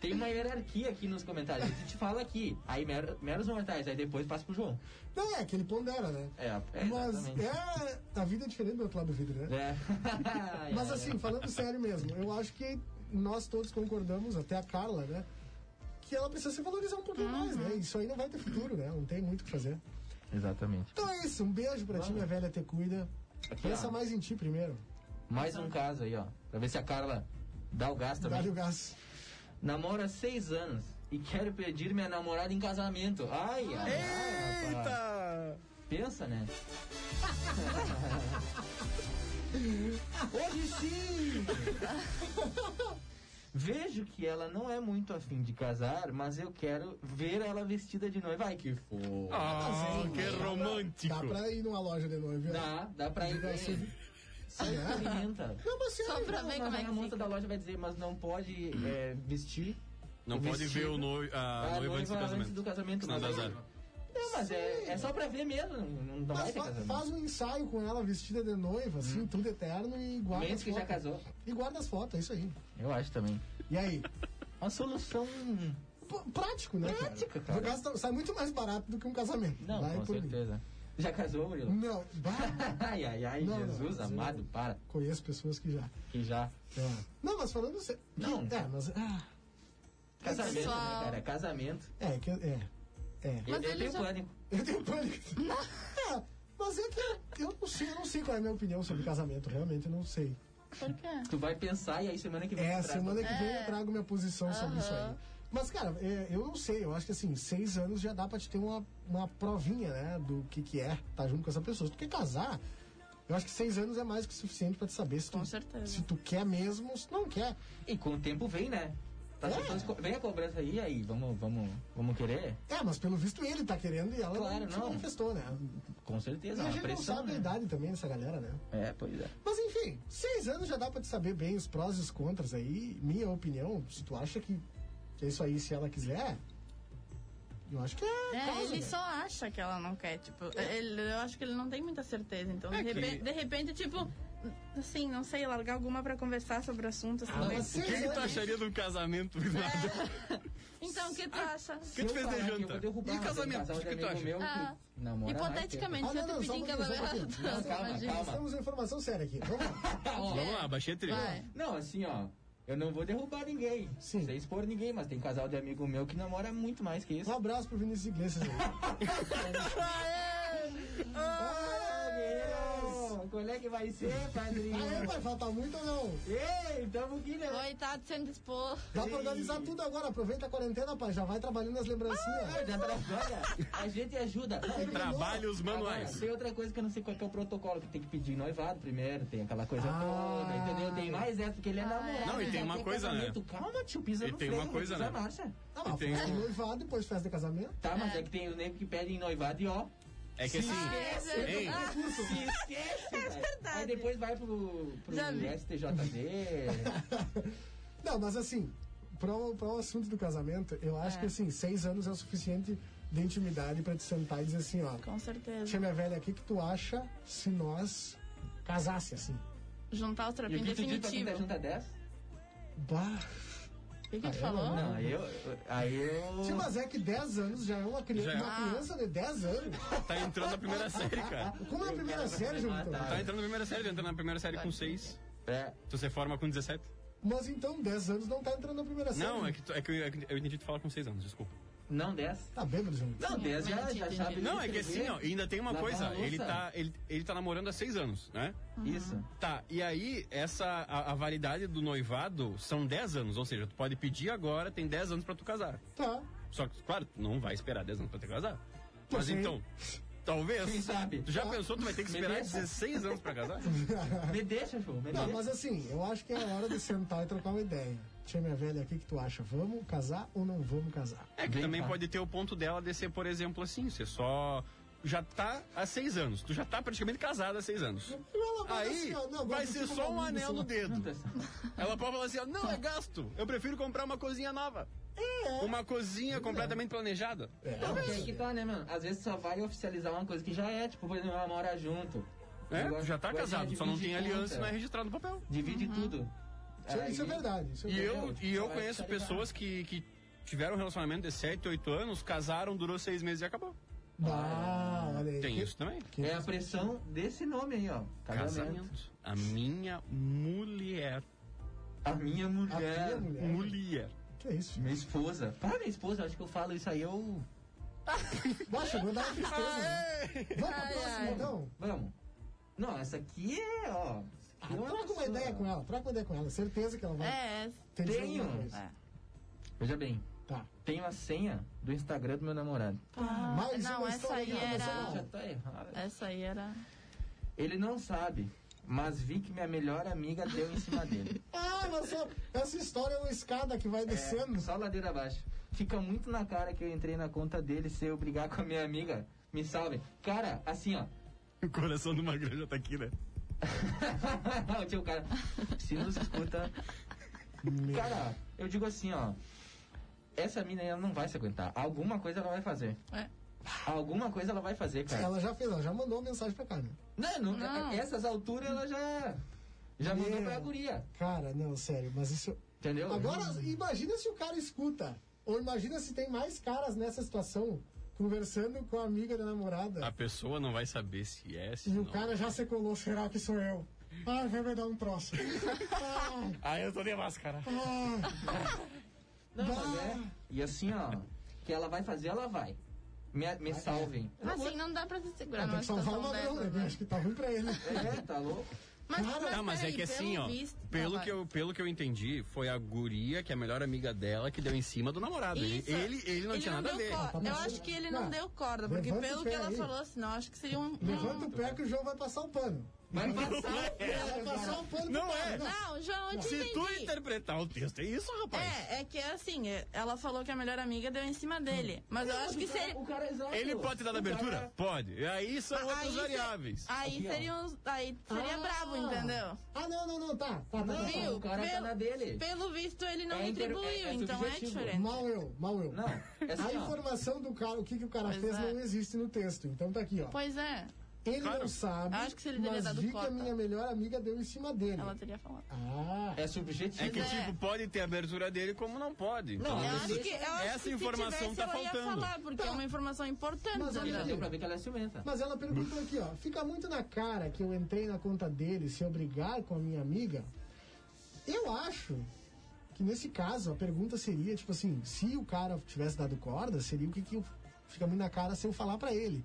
D: Tem uma hierarquia aqui nos comentários. A gente fala aqui, aí mero- meros mortais, aí depois passa pro João.
A: Não é que ele pondera, né?
D: É, é
A: Mas
D: exatamente.
A: é, a vida é diferente do outro lado do vidro, né?
D: É. Ai,
A: Mas
D: ai,
A: assim, falando sério mesmo, eu acho que nós todos concordamos, até a Carla, né? Que ela precisa se valorizar um pouquinho mais, né? Isso aí não vai ter futuro, né? Não tem muito o que fazer.
D: ai. Exatamente.
A: Então é isso, um beijo pra ti, minha velha, te cuida.
D: Aqui,
A: Pensa
D: ó,
A: é mais em ti primeiro.
D: mais um caso aí, ó. Pra ver se a Carla dá o gasto também.
A: Dá-lhe o gás.
D: Namoro há seis anos e quero pedir minha namorada em casamento. Ai, ai, ai, rapaz. Pensa, né? Hoje sim! Vejo que ela não é muito afim de casar, mas eu quero ver ela vestida de noiva. Ai, que fofo!
B: Ah,
A: Sim,
B: que
A: dá pra-
B: romântico.
A: Dá pra ir numa loja de noiva. né?
D: é Dá, dá pra ir
A: Dá,
D: bem.
A: sim. é. assim,
D: Só experimenta.
A: Não, mas sério,
C: Só pra
A: não,
C: ver
D: Mas
C: como é
D: aí a
C: que
D: moça
C: fica.
D: da loja vai dizer, mas não pode é, vestir
B: Não
D: O
B: pode ver
D: vestido.
B: o noivo,
D: Ah,
B: a noiva Ah, é antes do casamento.
D: é do casamento.
B: Senão
D: mas
B: dá
D: aí-
B: zero.
D: Não, mas é, é só pra ver mesmo. Não, não vai
A: Mas
D: ter
A: fa-
D: casamento.
A: faz um ensaio com ela vestida de noiva, assim, tudo eterno e guarda
D: Mesmo
A: as
D: que já
A: fotos.
D: casou.
A: E guarda as fotos, é isso aí.
D: Eu acho também.
A: E aí?
D: Uma solução.
A: Pô, Prático, né?
D: Prática, cara.
A: Gasta- sai muito mais barato do que um casamento.
D: Não,
A: Vai
D: com
A: por mim.
D: certeza. Já casou, Murilo?
A: Não, bah,
D: Ai, ai, ai,
A: Não, não, mas
D: Jesus
A: eu-
D: amado, para.
A: conheço pessoas que já.
D: Que já.
A: é. Não, mas falando sério.
D: Não.
A: É, mas. ah,
D: Casamento,
C: pessoal.
D: né, cara? Casamento.
A: é, que. É. É.
D: Eu,
C: Mas
D: eu
C: ele
D: tenho
C: já-
D: pânico.
A: Eu tenho pânico. É, mas é que eu- eu não sei, eu não sei qual é a minha opinião sobre casamento, realmente eu não sei.
C: Por quê?
D: Tu vai pensar e aí semana que vem.
A: É,
D: tu traz
A: semana que vem
C: É.
A: eu trago minha posição sobre isso aí.
C: Aham.
A: Mas, cara, é, eu não sei, eu acho que assim, seis anos já dá pra te ter uma, uma provinha, né, do que que é tá junto com essa pessoa. Se tu quer casar, eu acho que seis anos é mais que o suficiente pra te saber se tu,
C: Com certeza.
A: se tu quer mesmo, se não quer.
D: E com o tempo vem, né? Tá
A: É.
D: soltando as co- Vem a cobrança aí, aí, vamos, vamos, vamos querer?
A: É, mas pelo visto ele tá querendo e ela
D: Claro,
A: não se
D: não.
A: manifestou, né?
D: Com
A: E
D: certeza,
A: a
D: uma
A: gente
D: pressão.
A: não sabe a
D: né?
A: idade também dessa galera, né?
D: É, pois é.
A: Mas enfim, seis anos já dá pra te saber bem os prós e os contras aí. Minha opinião, se tu acha que, que é isso aí, se ela quiser, eu acho que é.
C: É,
A: caso,
C: ele
A: né?
C: só acha que ela não quer, tipo, ele, eu acho que ele não tem muita certeza, então de, repente, de repente, tipo, assim, não sei, largar alguma pra conversar sobre o assunto, assim,
A: Ah, mas
C: mas-
A: se-
B: O que, que tu acharia de um casamento?
C: Então, o que tu acha?
B: O que tu
D: Se
B: fez
D: eu
B: de
D: falar que eu
B: janta?
D: vou derrubar
B: E
D: um
B: casamento?
D: casal
B: O
D: de
B: que tu
D: amigo
B: acha?
D: meu que
C: Ah,
D: namora,
C: Hipoteticamente,
A: Ah,
C: se
A: não,
C: eu
A: não,
C: te
A: só
C: pedir
A: um
C: em
A: pouquinho, só um
C: casamento,
A: pouquinho. Não,
D: calma,
C: imagina.
D: calma.
A: Nós temos uma informação séria aqui. Vamos lá.
B: Vamos lá, baixei a trilha.
C: Vai.
D: Não, assim, ó. Eu não vou derrubar ninguém.
A: Sim.
D: Sem expor ninguém, mas tem casal de amigo meu que namora muito mais que isso.
A: Um abraço pro Vinícius Iglesias aí.
D: Ah, meu! Qual é que vai ser, padrinho?
B: Ah,
A: Aê, vai faltar muito ou não?
D: Ei, tamo aqui, né?
C: Coitado sendo exposto.
A: Dá pra organizar tudo agora. Aproveita a quarentena, pai. Já vai trabalhando as
D: Ah,
A: lembrancinhas.
D: já tra- Olha, a gente ajuda.
B: Trabalhos
D: Agora,
B: manuais.
D: tem outra coisa que eu não sei qual que é o protocolo, que tem que pedir noivado primeiro, tem aquela coisa
A: Ah.
D: toda, entendeu? Tem mais essa,
C: Ah,
D: porque ele é namorado.
B: Não, e
D: já
B: tem uma
D: quer
B: coisa, né?
D: casamento. Calma, tio, pisa
B: E
D: no
B: tem
D: freio, Tá
B: uma coisa,
D: pisa
B: né?
D: a marcha.
A: Ah, mas
B: tem-
A: festa de noivado, depois festa de casamento.
D: Tá, mas é que tem o nego que pede em noivado e ó,
B: É que assim, hein?
D: se esquece, É verdade. Aí depois vai pro, pro
C: Já vi.
D: STJD.
A: Não, mas assim, para o assunto do casamento, eu acho que assim, seis anos é o suficiente de intimidade pra te sentar e dizer assim, ó.
C: Com certeza.
A: Tia minha velha, o que, que tu acha se nós casasse assim?
C: Juntar o
D: e o
C: trapinho
D: que tu diz pra quem
C: definitivo.
D: tá
C: O
D: junta 10?
A: Bah.
C: que, que
A: Ah,
C: tu
A: eu
C: falou?
A: não.
D: Não, eu... eu- Aí
A: Tia,
D: eu...
A: mas é que 10 anos já é uma criança,
B: Já é.
A: uma criança de 10 anos.
B: Tá entrando na primeira série, cara.
A: Como é a primeira série, João Vitor?
D: matar.
B: Ah. Tá entrando na primeira série, entra na primeira série com 6.
D: É,
B: Tu se forma com 17?
A: Mas então 10 anos não tá entrando na primeira série.
B: Não, é que, tu- é que eu, é que eu entendi tu falar com 6 anos, desculpa.
D: não 10.
A: Tá bêbado, João Vitor.
D: Não, 10 já, já sabe.
B: Não, é que assim, ó, ainda tem uma
D: Lavar
B: coisa,
D: a louça.
B: ele tá, ele, ele tá namorando há 6 anos, né?
D: Isso.
B: Tá, e aí, essa, a, a validade do noivado são 10 anos, ou seja, tu pode pedir agora, tem 10 anos pra tu casar.
A: Tá.
B: Só que, claro, tu não vai esperar 10 anos pra te casar.
A: Não
B: Mas
A: sei.
B: então, talvez.
D: Quem sabe?
B: Tu já pensou, tu vai ter que esperar
D: Beleza.
B: 16 anos pra casar?
D: Me deixa, João, me
A: Não,
D: deixa.
A: mas assim, eu acho que é a hora de sentar e trocar uma ideia. Tia minha velha, o que, que tu acha? Vamos casar ou não vamos casar?
B: É que
D: Vem
B: também
D: cá.
B: pode ter o ponto dela de ser, por exemplo, assim, ser só já tá há seis anos. Tu já tá praticamente casado há seis anos.
A: Ela bota
B: Aí
A: assim, ó, não,
B: vai
A: gosto
B: ser
A: de
B: só um
A: compromisso,
B: anel no
A: né?
B: dedo.
D: Não tá-
B: Ela pode falar assim, ó,
A: Tá.
B: não é gasto. Eu prefiro comprar uma cozinha nova.
A: É,
B: Uma cozinha completamente planejada.
D: Não, porque é que tá, né, mano? Às vezes só vai oficializar uma coisa que já é, tipo, por exemplo, ela mora junto.
B: É,
D: Agora-
B: tu já tá
D: agora
B: casado, só não
D: divide
B: tem aliança e
D: conta,
B: não é registrado no papel.
D: Divide tudo.
A: Isso,
D: Aí-
A: isso é verdade. Isso é
B: E
A: verdade.
B: eu, e eu
D: Vai
B: conheço
D: ficar ligado.
B: pessoas que, que tiveram um relacionamento de 7, 8 anos, casaram, durou seis meses e acabou.
A: Ah, olha aí.
B: Tem
A: Que-
B: isso também.
D: É
A: um
D: a pressão desse nome aí, ó. Casamento.
B: Casamento. A minha mulher.
D: A minha
A: A
D: é mulher.
A: tua é mulher.
B: Mulher.
A: Que é isso?
D: Minha esposa. Para minha esposa, acho que eu falo isso aí, eu.
A: Baixa, vou dar uma tristeza. né? Vamos pro
C: Ai,
A: próximo,
C: ai.
A: então.
D: Vamos. Não, essa aqui é, ó.
A: Ah,
D: eu
A: troca uma ideia com ela, troca uma ideia com ela. Certeza que ela vai.
C: É, é.
A: ter que
D: Tenho.
A: fazer isso.
C: é.
D: Veja bem,
A: Tá.
D: tenho a senha do Instagram do meu namorado.
A: Mais
C: não,
A: uma
C: essa
A: história
C: aí
A: de
C: era-
A: relacionamento.
D: Já tá errado.
C: Essa aí era.
D: Ele não sabe, mas vi que minha melhor amiga deu em cima dele.
A: Ah, mas essa, essa história é uma escada que vai descendo.
D: É, Só ladeira abaixo. Fica muito na cara que eu entrei na conta dele se eu brigar com a minha amiga. Me salve. Cara, assim, ó.
B: O coração do Magrão já tá aqui, né?
D: o tio, um cara. Se nos escuta. Cara, eu digo assim, ó. Essa mina aí, ela não vai se aguentar. Alguma coisa ela vai fazer.
C: É.
D: Alguma coisa ela vai fazer, cara.
A: Ela já fez, ela já mandou uma mensagem pra cá, né?
D: Não, não,
C: Não.
D: essas alturas ela já. Já mandou
A: Meu.
D: pra guria.
A: Cara, não, sério, mas isso.
D: Entendeu?
A: Agora, imagina se o cara escuta. Ou imagina se tem mais caras nessa situação conversando com a amiga da namorada.
B: A pessoa não vai saber se é, se
A: E
B: Ah, não.
A: o cara já se colou, será que sou eu? Ah, vai me dar um troço. Ah,
B: Ah, eu tô de máscara.
A: ah.
D: Não,
A: Bah.
D: mas é. E assim, ó. Que ela vai fazer, ela vai. Me, me salvem.
C: Assim, não dá pra tá se segurar
A: Ah, Tem
C: numa
A: que salvar o
C: situação
A: Magrão,
C: dessa.
A: né? Acho que tá ruim pra ele.
D: É, tá louco?
C: Mas, mas,
B: Tá, mas é
C: peraí,
B: que assim,
C: pelo
B: ó.
C: visto-
B: Pelo
C: Não,
B: que,
C: vai.
B: eu, pelo que eu entendi, foi a guria, que é a melhor amiga dela, que deu em cima do namorado. Ele,
C: Isso.
B: ele, ele não tinha nada a
C: deu
B: ver.
C: corda.
A: Tá
C: Eu
A: bom.
C: acho que ele não
A: Não.
C: deu corda, porque
A: Levanta o
C: pelo
A: pé
C: que ela
A: aí.
C: falou, assim, não, acho que seria um. um-
A: Levanta o pé que o João vai passar o pano. É,
D: Vai passar.
A: Vai passar o pano tá, né?
B: Não
A: pro cara.
B: é.
C: Não, João, eu te
B: Se tu
C: entendi.
B: interpretar o texto, é isso, rapaz.
C: É, é que é assim, é, ela falou que a melhor amiga deu em cima dele. Mas eu acho que se ele.
D: O cara é exato.
B: Ele pode ter
C: Então,
B: dado
D: O cara-
B: abertura?
C: é.
B: Pode. E aí são
C: Aí
B: outras
C: se-
B: variáveis.
C: Aí
D: Aqui, ó.
C: seria, uns- aí seria
A: Ah.
C: bravo, entendeu?
A: Ah, não, não, não, tá. Tá, tá, tá, tá.
C: Viu?
D: o cara tá
C: pelo,
D: na dele.
C: pelo visto, ele não
D: É inter-
C: retribuiu,
D: é- é
C: então é
D: subjetivo.
C: diferente.
A: tá. Mal eu, mal eu.
D: Não, é
A: A
D: assim, ó.
A: informação do cara, o que, que o cara
C: Pois
A: fez,
C: é.
A: não existe no texto. Então tá aqui, ó.
C: Pois é,
A: Ele
B: Claro.
A: não sabe,
C: Acho que se ele teria
A: mas
C: dado
A: vi que
C: cota.
A: a minha melhor amiga deu em cima dele.
C: ela teria falado.
A: Ah,
D: É
B: É
D: subjetivo.
B: que,
C: é.
B: tipo, pode ter abertura dele, como não pode. Então,
D: Não,
C: Eu
D: mas
C: acho que, eu acho
B: essa
C: que se
B: informação
C: tivesse,
B: tá
C: eu ia
B: faltando.
C: falar, porque é uma informação importante.
A: Mas olha
D: Já
C: entendeu?
D: deu pra ver que ela é ciumenta.
A: mas ela perguntou aqui, ó. Fica muito na cara que eu entrei na conta dele se eu brigar com a minha amiga. Eu acho que nesse caso a pergunta seria, tipo assim, se o cara tivesse dado corda, seria o que, que eu- fica muito na cara se eu falar pra ele.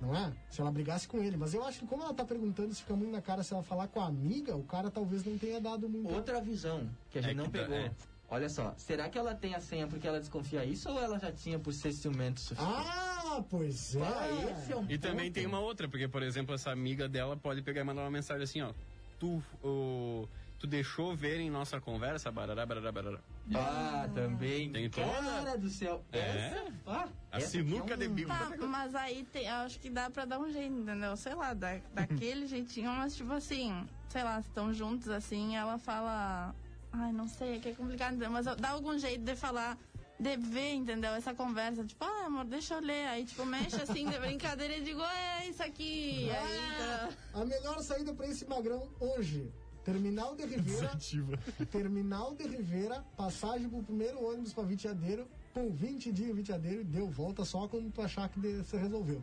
A: Não é? Se ela brigasse com ele. Mas eu acho que como ela tá perguntando se fica muito na cara se ela falar com a amiga, o cara talvez não tenha dado muito.
D: Outra visão que a gente
B: É
D: não
B: que dá-
D: pegou.
B: é.
D: Olha só, será que ela tem a senha porque ela desconfia isso ou ela já tinha por ser ciumento suficiente?
A: Ah, pois é.
D: Ah, esse é um
B: E também
D: ponto.
B: tem uma outra, porque, por exemplo, essa amiga dela pode pegar e mandar uma mensagem assim, ó. Tu, ô, tu deixou ver em nossa conversa, barará, barará, barará.
D: Ah, também.
B: Tem
D: Cara do céu.
B: É.
D: Essa, ah,
B: A
D: essa
B: sinuca de bico.
C: É? Tá, mas aí tem, eu acho que dá pra dar um jeito, entendeu? Sei lá, da, daquele jeitinho, mas tipo assim, sei lá, se estão juntos assim, ela fala. Ai, não sei, é que é complicado, entendeu? mas dá algum jeito de falar, de ver, entendeu? Essa conversa, tipo, ah, amor, deixa eu ler. Aí, tipo, mexe assim, de brincadeira e digo, é isso aqui. Aí, então,
A: A melhor saída pra esse magrão hoje. Terminal de Ribeira. Terminal de Ribeira, passagem pro primeiro ônibus pra Vitiadeiro, com 20 dias em Vitiadeiro e deu volta só quando tu achar que de- você resolveu.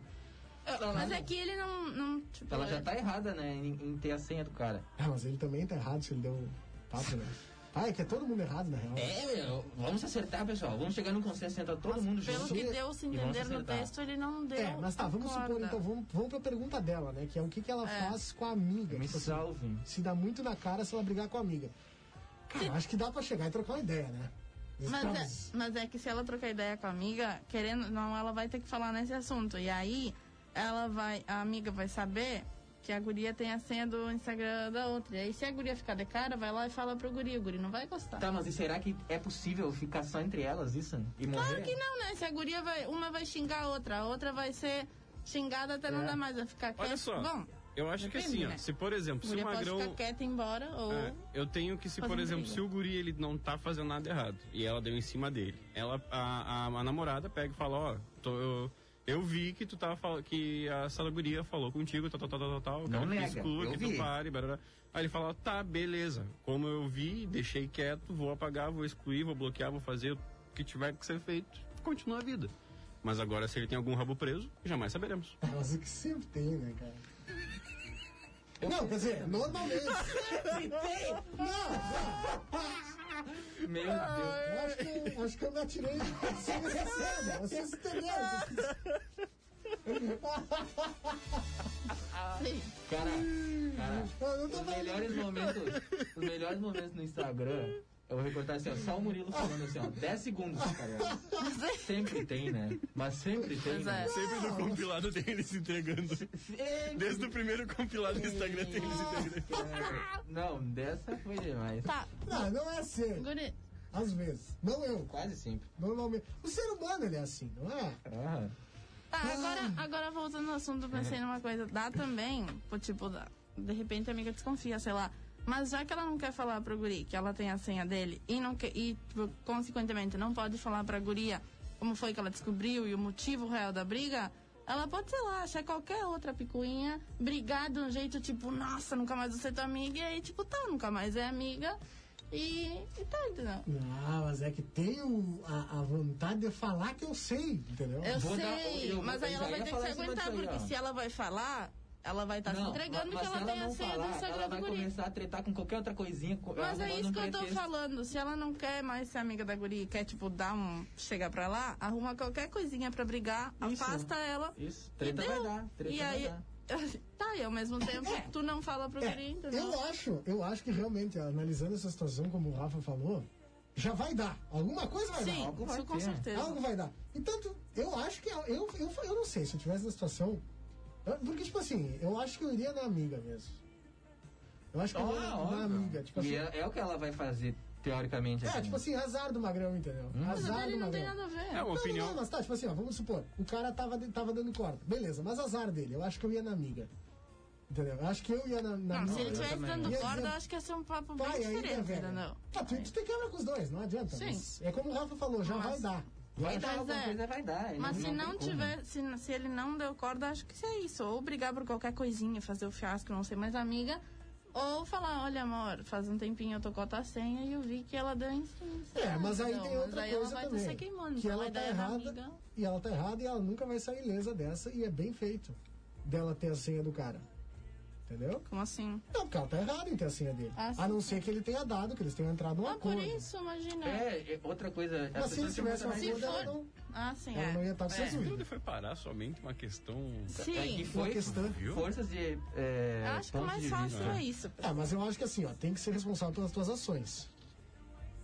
C: mas é que ele não. não tipo,
D: Ela já tá errada, né, em, em ter a senha do cara.
A: Ah, mas ele também tá errado se ele deu papo, né? Ah, é que é todo mundo errado, na real.
D: É, meu, vamos acertar, pessoal. Vamos chegar num consenso, sentar todo mundo
C: Pelo
D: junto.
C: que deu se
D: e vamos
C: entender no
D: acertar.
C: texto, ele não deu.
A: É, mas tá,
C: a
A: vamos supor,
C: corda.
A: então, vamos, vamos pra pergunta dela, né? Que é o que, que ela faz com a amiga.
D: Me
A: Tipo assim,
D: salve.
A: se dá muito na cara se ela brigar com a amiga. Cara, acho que dá pra chegar e trocar uma ideia, né?
C: Mas é, mas é que se ela trocar ideia com a amiga, querendo ou não, ela vai ter que falar nesse assunto. E aí, ela vai, a amiga vai saber que a guria tem a senha do Instagram da outra. E aí, se a guria ficar de cara, vai lá e fala pro guri. O guri não vai gostar.
D: Tá, mas e será que é possível ficar só entre elas isso? E morrer?
C: Claro que não, né? Se a guria vai, uma vai xingar a outra, a outra vai ser Xingada até não dá mais, vai ficar quieto.
B: É. Olha só.
C: Bom,
B: Eu acho que
C: Depende,
B: assim, ó.
C: né?
B: Se, por exemplo, se o
C: mulher pode
B: magrão.
C: ficar quieta e ir embora ou...
B: É, eu tenho que, se, por
C: Fazendo
B: exemplo,
C: briga.
B: se o guri ele não tá fazendo nada errado e ela deu em cima dele, ela, a, a, a namorada pega e fala, ó, tô- eu, eu vi que tu tava falando que essa guria falou contigo, tal, tal, tal, tal, tal, eu
D: Não
B: quero que
D: nega,
B: tu exclua,
D: eu
B: que
D: vi.
B: tu pare, barará. Aí ele fala, tá, beleza, como eu vi, deixei quieto, vou apagar, vou excluir, vou bloquear, vou fazer o que tiver que ser feito, continua a vida. Mas agora, se ele tem algum rabo preso, jamais saberemos.
A: Mas o que sempre tem, né, cara? Não, quer dizer, normalmente. Não, não.
D: Meu Deus.
A: Eu acho que eu, acho que eu me atirei sem necessário. Eu sou esteliano.
D: Cara, cara.
A: Eu não tô
D: Os
A: falando.
D: melhores momentos, os melhores momentos no Instagram, eu vou recortar assim, ó, só o Murilo falando assim, ó, 10 segundos, cara. Sempre tem, né? Mas sempre tem,
C: Pois é.
D: né?
B: Sempre no compilado tem ele se entregando.
D: Sempre
B: Desde o primeiro compilado do Instagram tem ele se entregando.
D: tem. Não, dessa foi demais.
C: Tá,
A: Não, não é assim.
C: guri,
A: Às vezes. Não eu.
D: Quase sempre.
A: Normalmente. O ser humano, ele é assim, não é?
D: Ah,
C: Tá, agora, agora voltando ao assunto, eu pensei numa coisa. Dá também, pô, tipo, dá- de repente a amiga desconfia, sei lá. Mas já que ela não quer falar pro guri que ela tem a senha dele e, não que, e tipo, consequentemente, não pode falar pra guria como foi que ela descobriu e o motivo real da briga, ela pode, sei lá, achar qualquer outra picuinha, brigar de um jeito tipo, nossa, nunca mais vou ser tua amiga, e aí, tipo, tá, nunca mais é amiga. E, e tá, entendeu?
A: Não, mas é que tem o- a, a vontade de falar que eu sei, entendeu?
C: Eu
D: Vou
C: sei,
D: dar- eu-
C: mas aí
D: eu
C: ela
D: já
C: vai
D: ia
C: ter que
D: falar
C: se
D: em cima
C: aguentar,
D: disso aí,
C: porque
D: ó.
C: se ela vai falar, ela vai estar Tá se
D: não,
C: entregando
D: mas
C: que ela
D: se
C: tem a
D: não
C: senha
D: falar,
C: do Instagram
D: ela
C: do
D: vai
C: guri.
D: começar a tretar com qualquer outra coisinha. co-
C: Mas é
D: arrumando
C: isso
D: um
C: que eu tô
D: pretexto.
C: falando. Se ela não quer mais ser amiga da guri e quer, tipo, dar um. chegar pra lá, arruma qualquer coisinha pra brigar,
D: Isso.
C: afasta ela.
D: Isso,
C: e
D: treta vai
C: deu.
D: dar, treta
C: e
D: vai
C: aí.
D: dar. É.
C: tá, e ao mesmo tempo, tu não fala pro guri, entendeu?
A: É, Eu acho, eu acho que realmente, analisando essa situação, como o Rafa falou, já vai dar. Alguma coisa vai
C: Sim,
A: dar.
D: algo vai
C: isso com
D: ter.
C: certeza.
A: Algo vai dar. Então, tu- eu acho que. Eu, eu, eu não sei, se eu tivesse na situação. eu- Porque, tipo assim, eu acho que eu iria na amiga mesmo. Eu acho que eu
D: Ó,
A: iria na-
D: Tá, ó,
A: na amiga. Tipo assim,
D: Ah, E é, é o que ela vai fazer, teoricamente.
A: é,
D: assim.
A: tipo assim, azar do magrão, entendeu?
C: Mas o
A: Azar
C: dele
A: do
C: não tem
A: magrão.
C: nada a ver.
B: É
A: Não,
B: uma opinião.
A: Não, não, mas tá, tipo assim, ó, vamos supor, o cara tava, de- tava dando corda. Beleza, mas azar dele, eu acho que eu ia na amiga. Entendeu? Eu acho que eu ia na, na
C: Não, Ah, se
A: amiga.
C: ele tivesse
D: também.
C: dando
A: Ia
C: corda,
A: dizer,
C: eu acho que ia ser um papo bem
D: tá
A: Pai, aí, né,
C: diferente,
A: velho?
C: entendeu?
A: Ah, tu, tu tem quebra com os dois, não adianta.
C: Sim.
A: mas É como o Rafa falou, já
C: Mas-
A: vai dar.
D: vai dar
C: mas
D: alguma
C: é.
D: coisa, vai dar. né?
C: Mas se
D: tem
C: não
D: como.
C: tiver, se, se ele não deu corda, acho que isso é isso. Ou brigar por qualquer coisinha, fazer o fiasco, não ser mais amiga. Ou falar, olha amor, faz um tempinho eu tô com a tua senha e eu vi que ela deu em cima.
A: É, mas aí
C: Não,
A: tem outra
C: aí
A: coisa
C: ela vai
A: também.
C: estar se queimando.
A: que
C: então
A: ela
C: vai
A: tá
C: dar errado.
A: errada. E ela tá errada e ela nunca vai sair ilesa dessa. E é bem feito dela ter a senha do cara. Entendeu?
C: Como assim?
A: Não, porque ela tá errada em ter a senha dele.
C: Ah, sim,
A: a não
C: sim.
A: ser que ele tenha dado, que eles tenham entrado num
C: Ah, por
A: acordo.
C: isso, imagina.
D: É, é, outra coisa.
A: Mas se eles tivessem um
C: Se
A: acordo,
D: é
A: ela
C: for...
A: não,
C: Ah, sim,
A: ela
C: é.
A: não ia estar com
C: É.
A: seus
B: Tudo foi parar somente uma questão.
D: É que
C: Sim.
D: foi
A: questão.
B: Viu?
D: forças de. É, né?
C: Eu acho que o
D: pontos
C: mais
D: de
C: fácil
D: vista.
C: é isso.
A: Ah, mas eu acho que assim, ó, tem que ser responsável pelas tuas ações.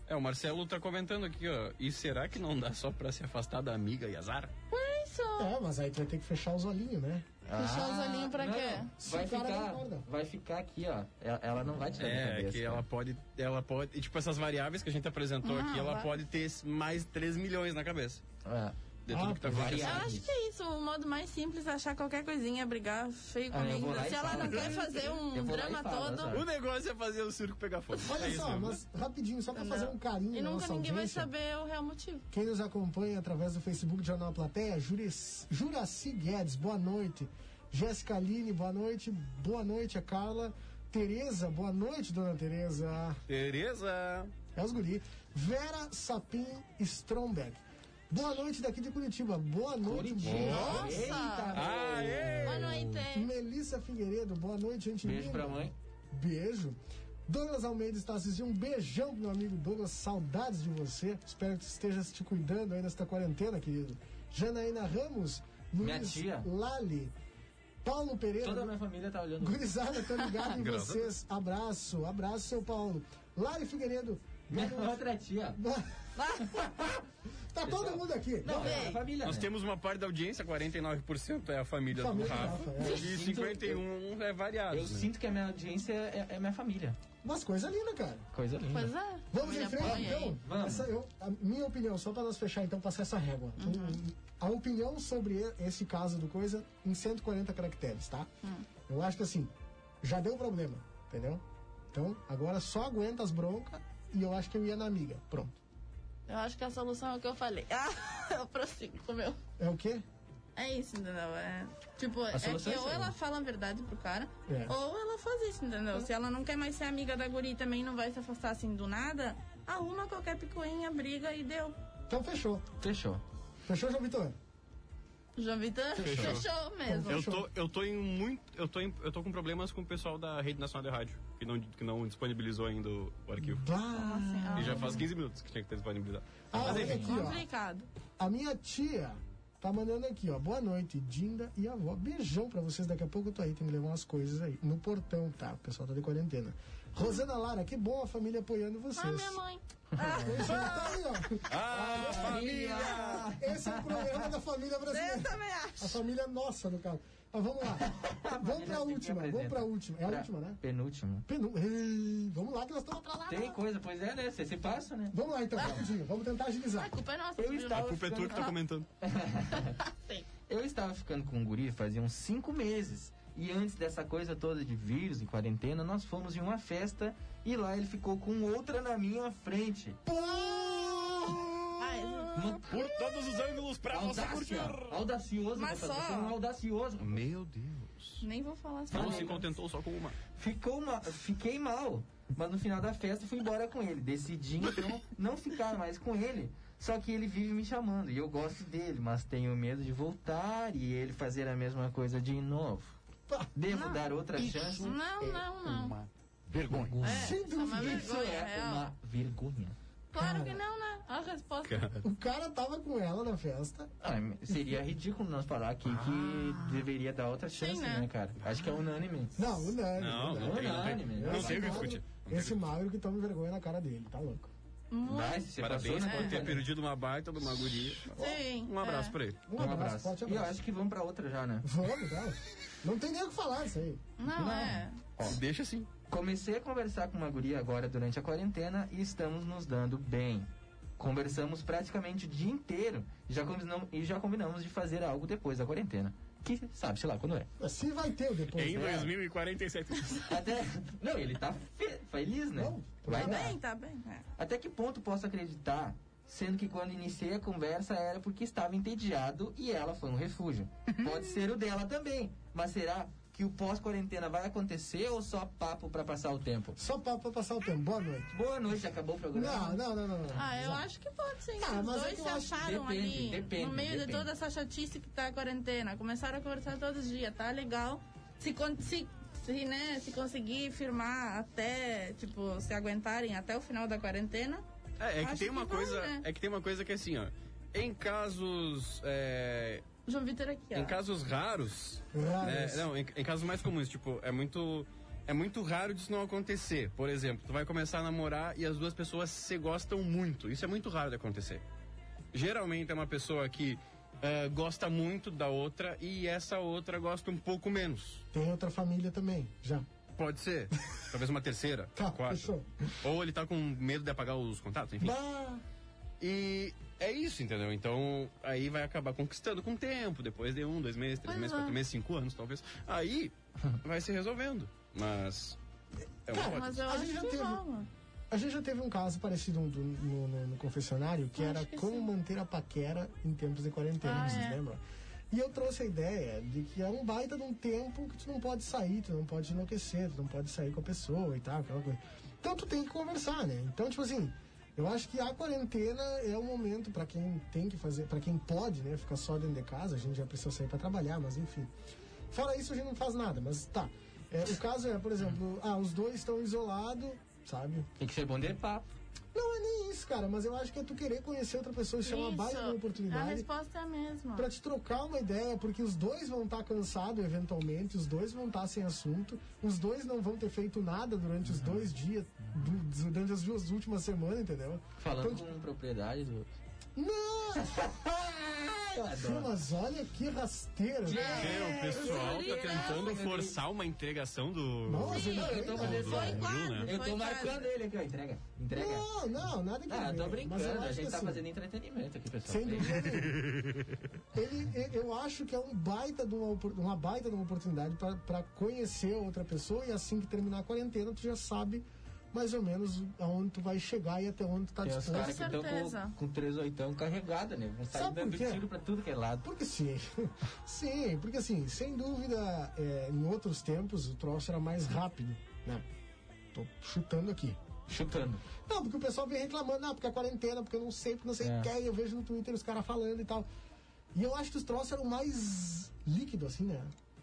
B: É, o Marcelo tá comentando aqui, ó. E será que não dá só pra se afastar da amiga e azar?
C: Por isso.
A: É, mas aí tu vai ter que fechar os olhinhos, né?
C: Fechar os olhinhos pra
D: não,
C: quê?
D: Vai
A: Se o cara
D: ficar,
A: não acorda.
D: vai ficar aqui, ó. Ela, ela não vai tirar da
B: É,
D: cabeça. né?
B: que ela pode. Ela pode. E tipo, essas variáveis que a gente apresentou aqui, ela
C: vai.
B: pode ter mais 3 milhões na cabeça.
D: É.
B: De tudo
A: Ah,
B: que tá
D: variáveis.
B: acontecendo.
C: Eu acho que é isso. O modo mais simples é achar qualquer coisinha, brigar feio
D: Ah, eu
C: comigo.
D: vou lá e
C: Se ela
D: falo,
C: não quer
D: cara.
C: fazer um
D: Eu vou lá e
C: drama
D: falo,
C: todo.
D: sabe?
B: O negócio é fazer o circo pegar fogo.
A: Olha
B: É isso,
A: só,
B: né?
A: mas rapidinho, só pra fazer um carinho
C: E
A: na
C: nunca
A: nossa
C: ninguém vai
A: audiência.
C: saber o real motivo.
A: Quem nos acompanha através do Facebook de Jornal da Plateia, Juris- Juraci Guedes, boa noite. Jéssica Aline, boa noite. Boa noite, a Carla. Tereza, boa noite, dona Tereza.
B: Tereza!
A: É os guri. Vera Sapim Stromberg. Boa noite daqui de Curitiba. Boa noite, Curitiba.
D: Eita,
B: Aê!
C: Boa noite.
A: Melissa Figueiredo, boa noite, gente
D: Beijo
A: linda.
D: pra mãe.
A: Beijo. Douglas Almeida está assistindo. Um beijão pro meu amigo Douglas. Saudades de você. Espero que tu esteja te cuidando aí nesta quarentena, querido. Janaína Ramos.
D: Minha
A: Luiz
D: tia.
A: Lali. Paulo
D: toda a
A: Pereira.
D: minha família tá olhando.
A: Gurizada, tô ligado em
B: Graças a
A: vocês. Abraço. Abraço, seu Paulo. Lari Figueiredo.
D: Minha outra tia.
A: tá todo mundo aqui.
D: Não, é a família.
B: Nós
D: né?
B: temos uma parte da audiência, 49% é a
A: Família
B: família, do
A: do Rafa,
B: Rafa.
A: é.
B: E 51% é variado.
D: Eu
B: né?
D: sinto que a minha audiência é, é minha família.
A: Umas coisas lindas, cara.
D: Coisa linda.
C: Pois é.
A: Vamos
C: Me
A: em frente,
C: apoia aí.
A: então?
D: Vamos.
A: Essa eu- a minha opinião, só para nós fechar, então, passar essa régua. A opinião sobre e- esse caso do coisa em 140 caracteres, tá? Eu acho que assim, já deu problema, entendeu? Então, agora só aguenta as broncas e eu acho que eu ia na amiga. Pronto.
C: Eu acho que a solução é o que eu falei. Ah, eu prossigo com o meu.
A: É o quê?
C: É isso, entendeu? É, tipo, é
D: solução
C: que
D: é
C: ou
D: essa,
C: ela
D: né?
C: fala a verdade pro cara,
A: É.
C: ou ela faz isso, entendeu? Se ela não quer mais ser amiga da guri e também não vai se afastar assim do nada, arruma qualquer picuinha, briga e deu.
A: Então, fechou.
C: é.
D: Fechou.
A: Fechou, João Vitor?
C: João Vitor, fechou, mesmo.
B: Eu tô, eu tô em muito. Eu tô, em- eu tô com problemas com o pessoal da Rede Nacional de Rádio, que não, que não disponibilizou ainda o, o arquivo.
A: Vá.
C: Assim, ó,
B: E já faz 15 minutos que tinha que ter disponibilizado.
A: Ah, olha Ah, aqui, ó.
C: complicado.
A: A minha tia tá mandando aqui, ó. Boa noite, Dinda e avó. Beijão pra vocês. Daqui a pouco eu tô aí, tem que levar umas coisas aí. No portão, tá? O pessoal tá de quarentena. Rosana Lara, que bom a família apoiando vocês.
C: Ah, minha mãe.
A: Isso aí, tá aí, ó.
B: Ah, família!
A: Esse é o programa da família
C: Eu
A: brasileira.
C: também acho. Tá
A: A família nossa, no caso. Mas vamos lá. Vamos pra última, vamos pra última.
D: Tá.
A: É a última, né?
D: Penúltima.
A: Penu... Ei, vamos lá que nós estamos
C: Ah,
A: atrás.
C: tá.
D: Tem coisa, pois é, né? Você se passa, né?
A: Vamos lá então, rapidinho. Vamos tentar agilizar.
C: A culpa é nossa.
D: Eu
C: viu? Ah,
D: estava-
B: A culpa é tua que tá comentando.
C: Sim.
D: Eu estava ficando com um guri fazia uns cinco meses. E antes dessa coisa toda de vírus e quarentena, nós fomos em uma festa e lá ele ficou com outra na minha frente.
C: Ah, é-
D: Uma
B: Por todos os ângulos pra você curtir.
D: audácia. Audacioso,
C: Mas
D: rapaz,
C: só-
D: eu sou um audacioso.
B: Meu Deus.
C: nem vou falar
B: Não
C: sobre
B: se contentou só com uma.
D: Ficou ma... Fiquei mal, mas no final da festa fui embora com ele. Decidi então não ficar mais com ele. Só que ele vive me chamando e eu gosto dele, mas tenho medo de voltar e ele fazer a mesma coisa de novo. Devo dar outra chance?
C: Não, não, não.
D: Uma
C: É,
D: vergonha.
C: isso é uma
D: Isso
C: vergonha,
D: é
C: real.
D: uma vergonha.
C: Claro que não, né? A resposta.
A: O cara tava com ela na festa.
D: Ah, seria ridículo nós falar aqui que deveria dar outra chance,
C: né?
D: né? cara? Acho que é unânime.
A: Não, o Nani.
B: Não,
A: o
B: não tem, não tem.
D: Unânime, né?
B: Não tem o que
A: Esse
B: discutir.
A: magro- Esse magro que toma vergonha na cara dele, tá louco.
C: Muito
D: Mas você
B: Parabéns
D: passou, né?
B: por ter é perdido uma baita de uma guria.
C: sim.
B: Um abraço
C: é.
B: pra ele.
A: Um,
D: Um abraço.
A: forte
D: E eu
A: abraço.
D: acho que vamos pra outra já, né?
A: Vamos, tá? Não tem nem o que falar isso aí.
C: Não, é.
B: Deixa assim.
D: Comecei a conversar com uma guria agora durante a quarentena e estamos nos dando bem. Conversamos praticamente o dia inteiro e já combinamos, e já combinamos de fazer algo depois da quarentena. Que sabe-se lá quando é.
A: Assim vai ter o depois.
C: é.
B: Em
A: né?
B: 2047.
D: Até. Não, ele tá fe- feliz, né?
A: Não,
D: Vai
C: Tá
D: dar.
C: bem, tá bem. é.
D: Até que ponto posso acreditar? Sendo que quando iniciei a conversa era porque estava entediado e ela foi um refúgio. Pode ser o dela também, mas será que o pós-quarentena vai acontecer ou só papo pra passar o tempo?
A: Só pra, pra passar o tempo. Boa noite.
D: Boa noite, acabou o programa.
A: Não, não, não, não. não.
C: Ah, eu acho que pode sim.
A: Ah,
C: Os
A: mas é
C: dois
A: que eu
C: se
A: acho que
C: acharam
D: depende,
C: ali
D: depende,
C: no meio de
D: depende.
C: toda essa chatice que tá a quarentena. Começaram a conversar todos os dias, tá legal. Se, con- se, se, né, se conseguir firmar até, tipo, se aguentarem até o final da quarentena.
B: É, é que
C: Acho
B: tem uma
C: que vai,
B: coisa.
C: né?
B: É que tem uma coisa que é assim, ó. Em casos. é,
C: João Vitor aqui, ó.
B: Em casos raros,
A: Raros.
D: É,
B: né, não, em, em casos mais comuns, tipo, é muito é muito raro disso não acontecer. Por exemplo, tu vai começar a namorar e as duas pessoas se gostam muito. Isso é muito raro de acontecer. Geralmente é uma pessoa que eh, gosta muito da outra e essa outra gosta um pouco menos.
A: Tem outra família também, já.
B: Pode ser. Talvez uma terceira,
A: Tá,
B: quarta.
A: fechou.
B: Ou ele tá com medo de apagar os contatos, enfim.
A: Bah,
B: E é isso, entendeu? Então, aí vai acabar conquistando com o tempo, depois de um, dois meses, três
C: Pois
B: meses,
C: é.
B: quatro meses, cinco anos, talvez. Aí vai se resolvendo. Mas. É uma
A: Cara,
C: Mas
B: hipótese.
A: A
C: eu acho
A: gente já
C: que
A: teve-
C: rola.
A: a gente já teve um caso parecido no, no- no- no confessionário, que
C: Eu
A: era
C: acho que
A: como
C: sim.
A: manter a paquera em tempos de quarentena,
C: Ah,
A: vocês
C: é.
A: lembram? E eu trouxe a ideia de que é um baita de um tempo que tu não pode sair, tu não pode enlouquecer, tu não pode sair com a pessoa e tal, aquela coisa. Então tu tem que conversar, né? Então, tipo assim, eu acho que a quarentena é o momento pra quem tem que fazer, pra quem pode, né? Ficar só dentro de casa, a gente já precisa sair pra trabalhar, mas enfim. Fora isso, a gente não faz nada, mas tá. É, o caso é, por exemplo, ah, os dois estão isolados, sabe?
D: Tem que ser bom de papo.
A: Não é nem isso, cara, mas eu acho que é tu querer conhecer outra pessoa, isso, é uma baita de uma
C: a
A: oportunidade.
C: resposta é a mesma.
A: Pra te trocar uma ideia, porque os dois vão estar cansados eventualmente, os dois vão estar sem assunto, os dois não vão ter feito nada durante os dois
D: Uhum.
A: dias, du- durante as duas últimas semanas, entendeu?
D: Falando com propriedade do.
A: Não! Café, mas olha que rasteira. né?
B: Meu, o pessoal
C: eu
B: tá
C: li,
B: tentando
D: eu li.
B: forçar uma entregação do.
A: Nossa,
C: Sim,
A: não, é.
D: eu tô fazendo
C: foi
D: isso.
C: quadro,
D: Eu
C: foi quadro.
D: tô marcando ele aqui, ó. Entrega. Entrega.
A: Não, não, nada que
D: Ah,
A: ver.
D: eu tô
A: Mas eu
D: brincando. A
A: acho
D: gente
A: que
D: tá
A: assim,
D: fazendo entretenimento aqui, pessoal.
A: Sem dúvida nenhuma. Ele, e- eu acho que é um baita de uma, opor- uma baita de uma oportunidade para conhecer outra pessoa e assim que terminar a quarentena, tu já sabe mais ou menos aonde tu vai chegar e até onde tu tá
D: Tem os caras
A: disposto.
D: que estão
C: certeza.
D: com, com 3 oitão carregada, né? Vão sair
A: Sabe por
D: dando
A: quê?
D: tiro pra tudo que é lado.
A: Porque sim, sim, porque assim, sem dúvida, é, em outros tempos o troço era mais rápido, né? Tô chutando aqui.
D: Chutando.
A: Não, porque o pessoal vem reclamando, ah, porque a quarentena, porque eu não sei, porque não sei o
D: É.
A: que é, e eu vejo no Twitter os caras falando e tal. E eu acho que os troços eram mais líquidos, assim, né?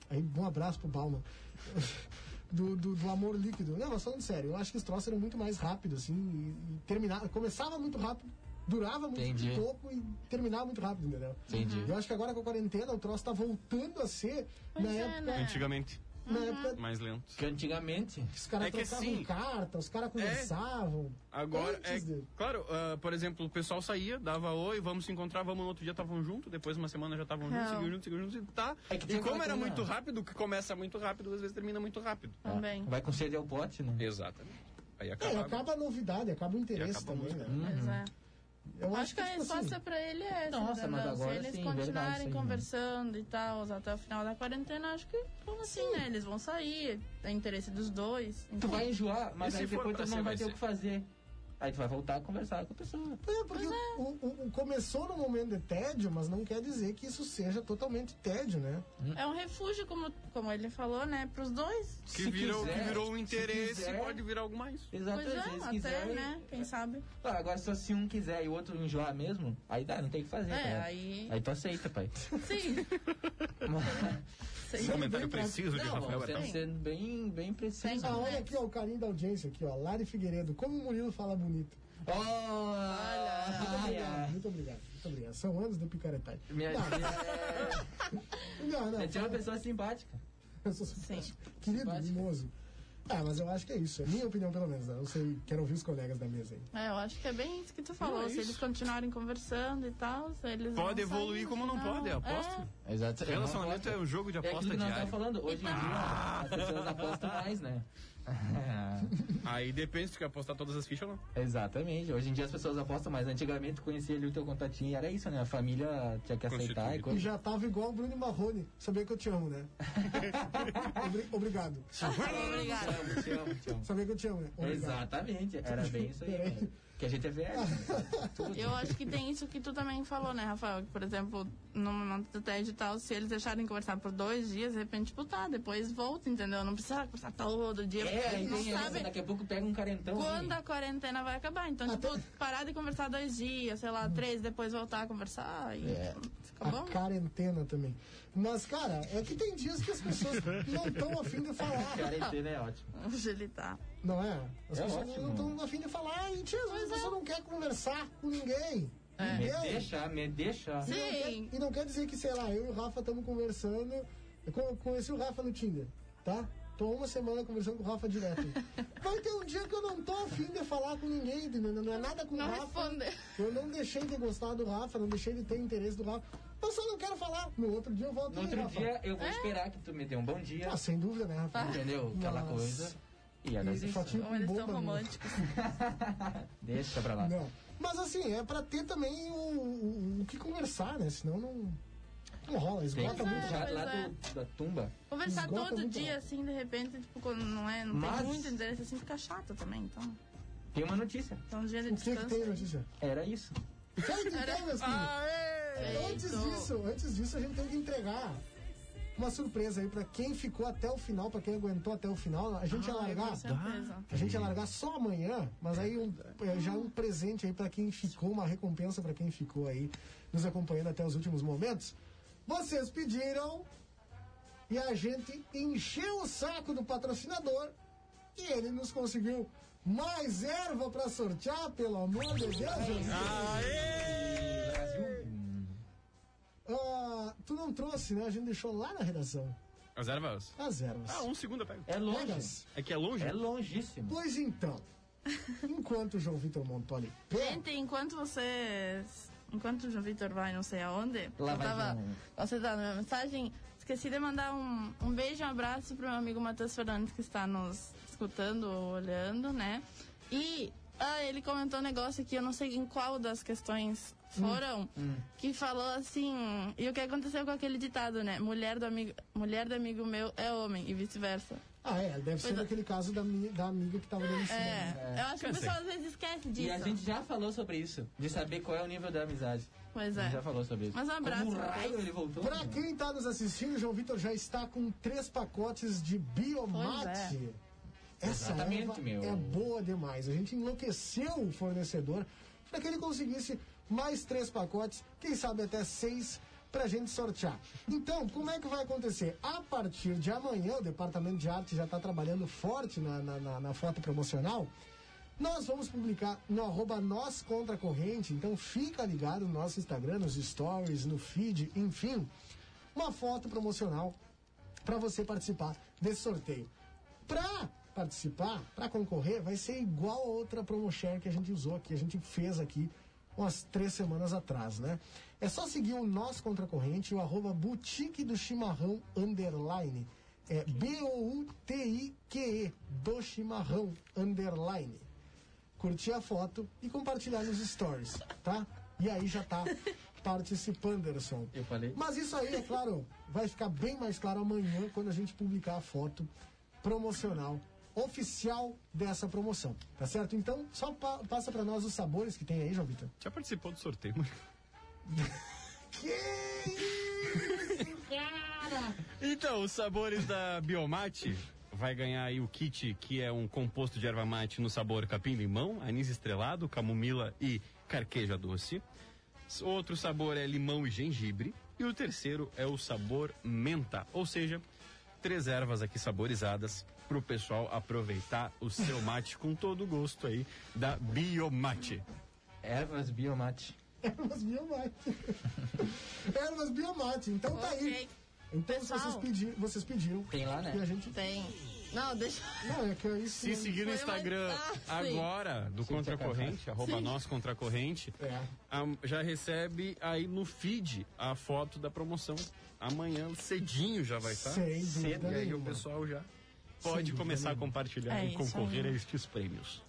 A: Aí, um abraço pro Bauman. Do, do, do amor líquido. Não, mas falando sério, eu acho que os troços eram muito mais rápidos, assim, e, e terminava, começava muito rápido, durava muito
D: Entendi.
A: pouco e terminava muito rápido, entendeu?
D: Entendi.
A: Eu acho que agora com a quarentena o troço tá voltando a ser
C: Pois
A: na,
C: é,
A: época,
C: né? Uhum.
B: Antigamente,
A: na época
B: mais lento.
D: Porque antigamente.
A: que os caras
B: É que
A: trocavam
B: assim,
A: carta, os caras conversavam.
B: Agora, é,
A: antes de-
B: claro, ah, por exemplo, o pessoal saía, dava oi, vamos se encontrar, vamos no outro dia, estavam junto, depois uma semana já estavam juntos,
C: Não.
B: seguiu junto, seguiu junto, e tá.
D: É que
B: e
D: tinha
B: como
D: aquela
B: era
D: coisa,
B: muito
D: né?
B: rápido, o que começa muito rápido, às vezes termina muito rápido.
C: Também.
D: Vai com sede ao pote, né?
B: Exatamente. Aí
A: É,
B: acaba.
A: acaba a novidade, acaba o interesse
B: acaba a
A: também,
B: música.
A: né?
D: Hum.
C: Pois é.
A: Eu
C: Acho que a
A: tipo assim,
C: resposta pra ele é essa,
D: Nossa,
C: entendeu?
D: mas agora
C: Se eles
D: sim,
C: continuarem
D: verdade, sim.
C: conversando e tal, até o final da quarentena, acho que, como assim, né? Eles vão sair, é interesse dos dois.
D: Tu
C: Então,
D: vai enjoar, mas
B: E se
D: aí
B: for
D: depois
B: pra
D: tu
B: ser,
D: não
B: vai
D: vai ter o
B: ser.
D: que fazer. Aí tu vai voltar a conversar com a pessoa.
A: É, porque o, o- o- começou no momento de tédio, mas não quer dizer que isso seja totalmente tédio, né?
C: é um refúgio, como, como ele falou, né? Pros dois.
B: Que,
D: Se
B: virou,
D: quiser,
B: que virou um
D: se
B: interesse,
D: quiser.
B: pode virar algo mais.
C: Pois
D: Exatamente, se eles
C: é, até,
D: quiserem.
C: né? Quem sabe?
D: Ah, agora, só se um quiser e o outro enjoar mesmo, aí dá, não tem o que fazer.
C: É,
D: cara.
C: aí-
D: Aí tu aceita, pai.
C: Sim,
D: Mas-
C: sim.
B: Comentário preciso de
D: não,
B: Rafael
D: vamos
B: Bertão.
D: ser- sendo bem, bem preciso.
A: Ah,
C: Não
A: olha
C: é.
A: aqui, ó, o carinho da audiência aqui, ó. Lari Figueiredo, como o Murilo fala bonito.
D: Oh,
C: Ah,
A: Muito
D: ai,
A: obrigado,
D: ai.
A: muito obrigado, muito obrigado. São anos de picaretagem.
D: Minha
A: Não,
D: tia é-
A: não, não,
D: minha tia é uma
A: fala-
D: pessoa simpática.
A: eu sou simpático. Querido, mimoso. Ah, mas eu acho que é isso. É minha opinião, pelo menos. né? Eu sei, quero ouvir os colegas da mesa aí.
C: É, eu acho que é bem isso que tu falou.
B: Não, é
C: se eles
B: isso.
C: continuarem conversando e tal, se eles vão
B: Pode evoluir
C: sair,
B: como não
C: senão-
B: pode, eu aposto.
C: É.
D: Exato.
B: Relacionamento é um jogo de
D: É aquilo
B: aposta
D: que nós
B: diário.
D: estamos falando. Hoje em dia,
A: Ah!
D: as pessoas apostam mais, né?
B: Aí depende se tu quer apostar todas as fichas ou não.
D: Exatamente. Hoje em dia as pessoas apostam mais. Antigamente, tu conhecia ali o teu contatinho e era isso, né? A família tinha que aceitar. E
A: E
D: coisa.
A: já tava igual o Bruno Marrone. Sabia que eu te amo, né? Obri- obrigado.
C: Obrigada.
D: Te amo, te amo.
A: Sabia que eu te amo, né? Obrigado.
D: Exatamente. Era bem isso aí.
A: Peraí.
D: né? Que a gente é velho. né? Tudo.
C: Eu acho que tem isso que tu também falou, né, Rafael? Que, por exemplo, no momento do tédio e tal, se eles deixarem conversar por dois dias, de repente, tipo, tá, depois volta, entendeu? Não precisa conversar todo dia.
D: É,
C: porque
D: aí
C: não
D: tem essa,
C: sabe
D: daqui a pouco pega um carentão.
C: quando
D: né?
C: a quarentena vai acabar. Então, tipo, parar de conversar dois dias, sei lá, três, depois voltar a conversar e
A: É.
C: fica
A: A
C: bom.
A: quarentena também. Mas, cara, é que tem dias que as pessoas não estão afim de falar.
D: Quarentena é ótimo.
C: né? Agilitar.
A: Não é? As
D: É
A: pessoas
D: ótimo.
A: não estão afim de falar. E, tia, às vezes a pessoa não quer conversar com ninguém.
D: É. Me
A: Entendeu?
D: deixa, me deixa.
A: E não
C: É. Sim.
A: quer- E não quer dizer que, sei lá, eu e o Rafa estamos conversando. Eu con- conheci o Rafa no Tinder, tá? Tô uma semana conversando com o Rafa direto. Vai ter um dia que eu não tô afim de falar com ninguém, entendeu? Não é nada com o
C: Não
A: Rafa.
C: responder.
A: Eu não deixei de gostar do Rafa, não deixei de ter interesse do Rafa. Eu só não quero falar. No outro dia eu volto
D: No
A: aí,
D: outro
A: Rafa.
D: dia eu
C: É.
D: vou esperar que tu me dê um bom dia.
A: Ah, sem dúvida, né, Rafa?
D: Entendeu? Aquela
A: Nossa.
D: coisa. E agora
A: E
D: isso.
A: fotinho
C: Como
A: com
C: eles são
A: bomba. no-
C: românticos.
D: Deixa pra lá.
A: Não. Mas assim, é pra ter também o, o- o que conversar, né? Senão não, não rola,
D: Tem
A: esgota
D: que
A: tá muito rápido.
D: puxar
C: pois
D: lá
C: é.
D: do- da tumba.
C: Conversar
A: Esgota
C: todo
A: muito
C: dia,
A: rápido.
C: assim, de repente, tipo, quando não, é, não
D: Mas-
C: tem muito interesse, assim, fica chato também. Então,
D: Tem uma notícia.
C: então um dia de
A: O que, que
C: descanso.
A: tem notícia?
D: Era isso.
A: O que, que tem, meus filhos? Antes
C: Feito.
A: disso, antes disso, a gente tem que entregar uma surpresa aí pra quem ficou até o final, pra quem aguentou até o final. A gente ia largar.
C: Com certeza.
A: A gente ia largar só amanhã, mas aí um- é, já um presente aí pra quem ficou, uma recompensa pra quem ficou aí nos acompanhando até os últimos momentos. Vocês pediram e a gente encheu o saco do patrocinador e ele nos conseguiu mais erva pra sortear, pelo amor de Deus. Jesus. Ah, tu não trouxe, né? A gente deixou lá na redação.
B: As ervas.
A: As ervas.
B: Ah, um segundo eu pego.
D: É longe.
A: Pegas?
B: É que é longe?
D: É longíssimo.
A: Pois
C: É?
A: então. Enquanto o João Vitor Montoli pega,
C: Gente, enquanto vocês enquanto o João Vitor vai não sei aonde,
D: Lá
C: eu
D: vai
C: tava
D: João.
C: concentrado na minha mensagem, esqueci de mandar um, um beijo e um abraço pro meu amigo Matheus Fernandes que está nos escutando ou olhando, né? E ah, ele comentou um negócio que eu não sei em qual das questões foram, que falou assim, e o que aconteceu com aquele ditado, né? Mulher do amigo, mulher do amigo meu é homem e vice-versa.
A: Ah, é. Deve ser
C: Pois é.
A: daquele caso da, minha- da amiga que tava dando em cima. né?
C: É, eu acho que o
B: Cansei.
C: pessoal às vezes esquece disso.
D: E a gente já falou sobre isso, de saber qual é o nível da amizade.
C: Pois
D: A
C: é.
D: gente já falou sobre isso.
C: Mas um abraço,
D: Como
C: Matheus.
D: raio ele voltou?
A: Pra quem tá nos assistindo, o João Vitor já está com três pacotes de biomate.
C: é.
A: Essa
D: Exatamente,
A: erva
D: meu.
A: é boa demais. A gente enlouqueceu o fornecedor para que ele conseguisse mais três pacotes, quem sabe até seis, para a gente sortear. Então, como é que vai acontecer? A partir de amanhã, o Departamento de Arte já está trabalhando forte na, na, na- na foto promocional. Nós vamos publicar no arroba nós contra a corrente, então fica ligado no nosso Instagram, nos stories, no feed, enfim. Uma foto promocional para você participar desse sorteio. Para participar, para concorrer, vai ser igual a outra promoshare que a gente usou aqui, a gente fez aqui umas três semanas atrás, né? É só seguir o Nós Contra a Corrente, o arroba Boutique do Chimarrão Underline. É B-O-U-T-I-Q-E, do Chimarrão Underline curtir a foto e compartilhar nos stories, tá? E aí já tá participando, Anderson.
D: Eu falei.
A: Mas isso aí, é claro, vai ficar bem mais claro amanhã quando a gente publicar a foto promocional oficial dessa promoção, tá certo? Então, só pa- passa pra nós os sabores que tem aí, João Vitor.
B: Já participou do sorteio, mano?
A: Que isso, cara!
B: Então, os sabores da Biomate vai ganhar aí o kit que é um composto de erva mate no sabor capim-limão, anis estrelado, camomila e carqueja doce. S- Outro sabor é limão e gengibre. E o terceiro é o sabor menta, ou seja, três ervas aqui saborizadas para o pessoal aproveitar o seu mate com todo o gosto aí da Biomate.
D: Ervas biomate.
A: Ervas biomate. Ervas biomate. Então tá aí.
C: Ok.
A: Então vocês,
C: Pessoal.
A: pedi- vocês pediram.
D: Tem lá,
A: E a
D: né?
A: gente.
C: Tem. Não, deixa.
A: Não, é que é isso.
B: Se seguir no
C: Foi
B: Instagram
C: uma- Ah, sim.
B: agora, do Contra a Corrente, arroba nós Contra a Corrente,
A: É.
B: Am- já recebe aí no feed a foto da promoção. Amanhã, cedinho já vai estar.
A: Sem dúvida
B: E aí o
A: nenhuma.
B: pessoal já pode
A: dúvida
B: começar a
A: nenhuma.
B: compartilhar
C: É
B: e
C: isso
B: concorrer
C: aí.
B: a estes prêmios.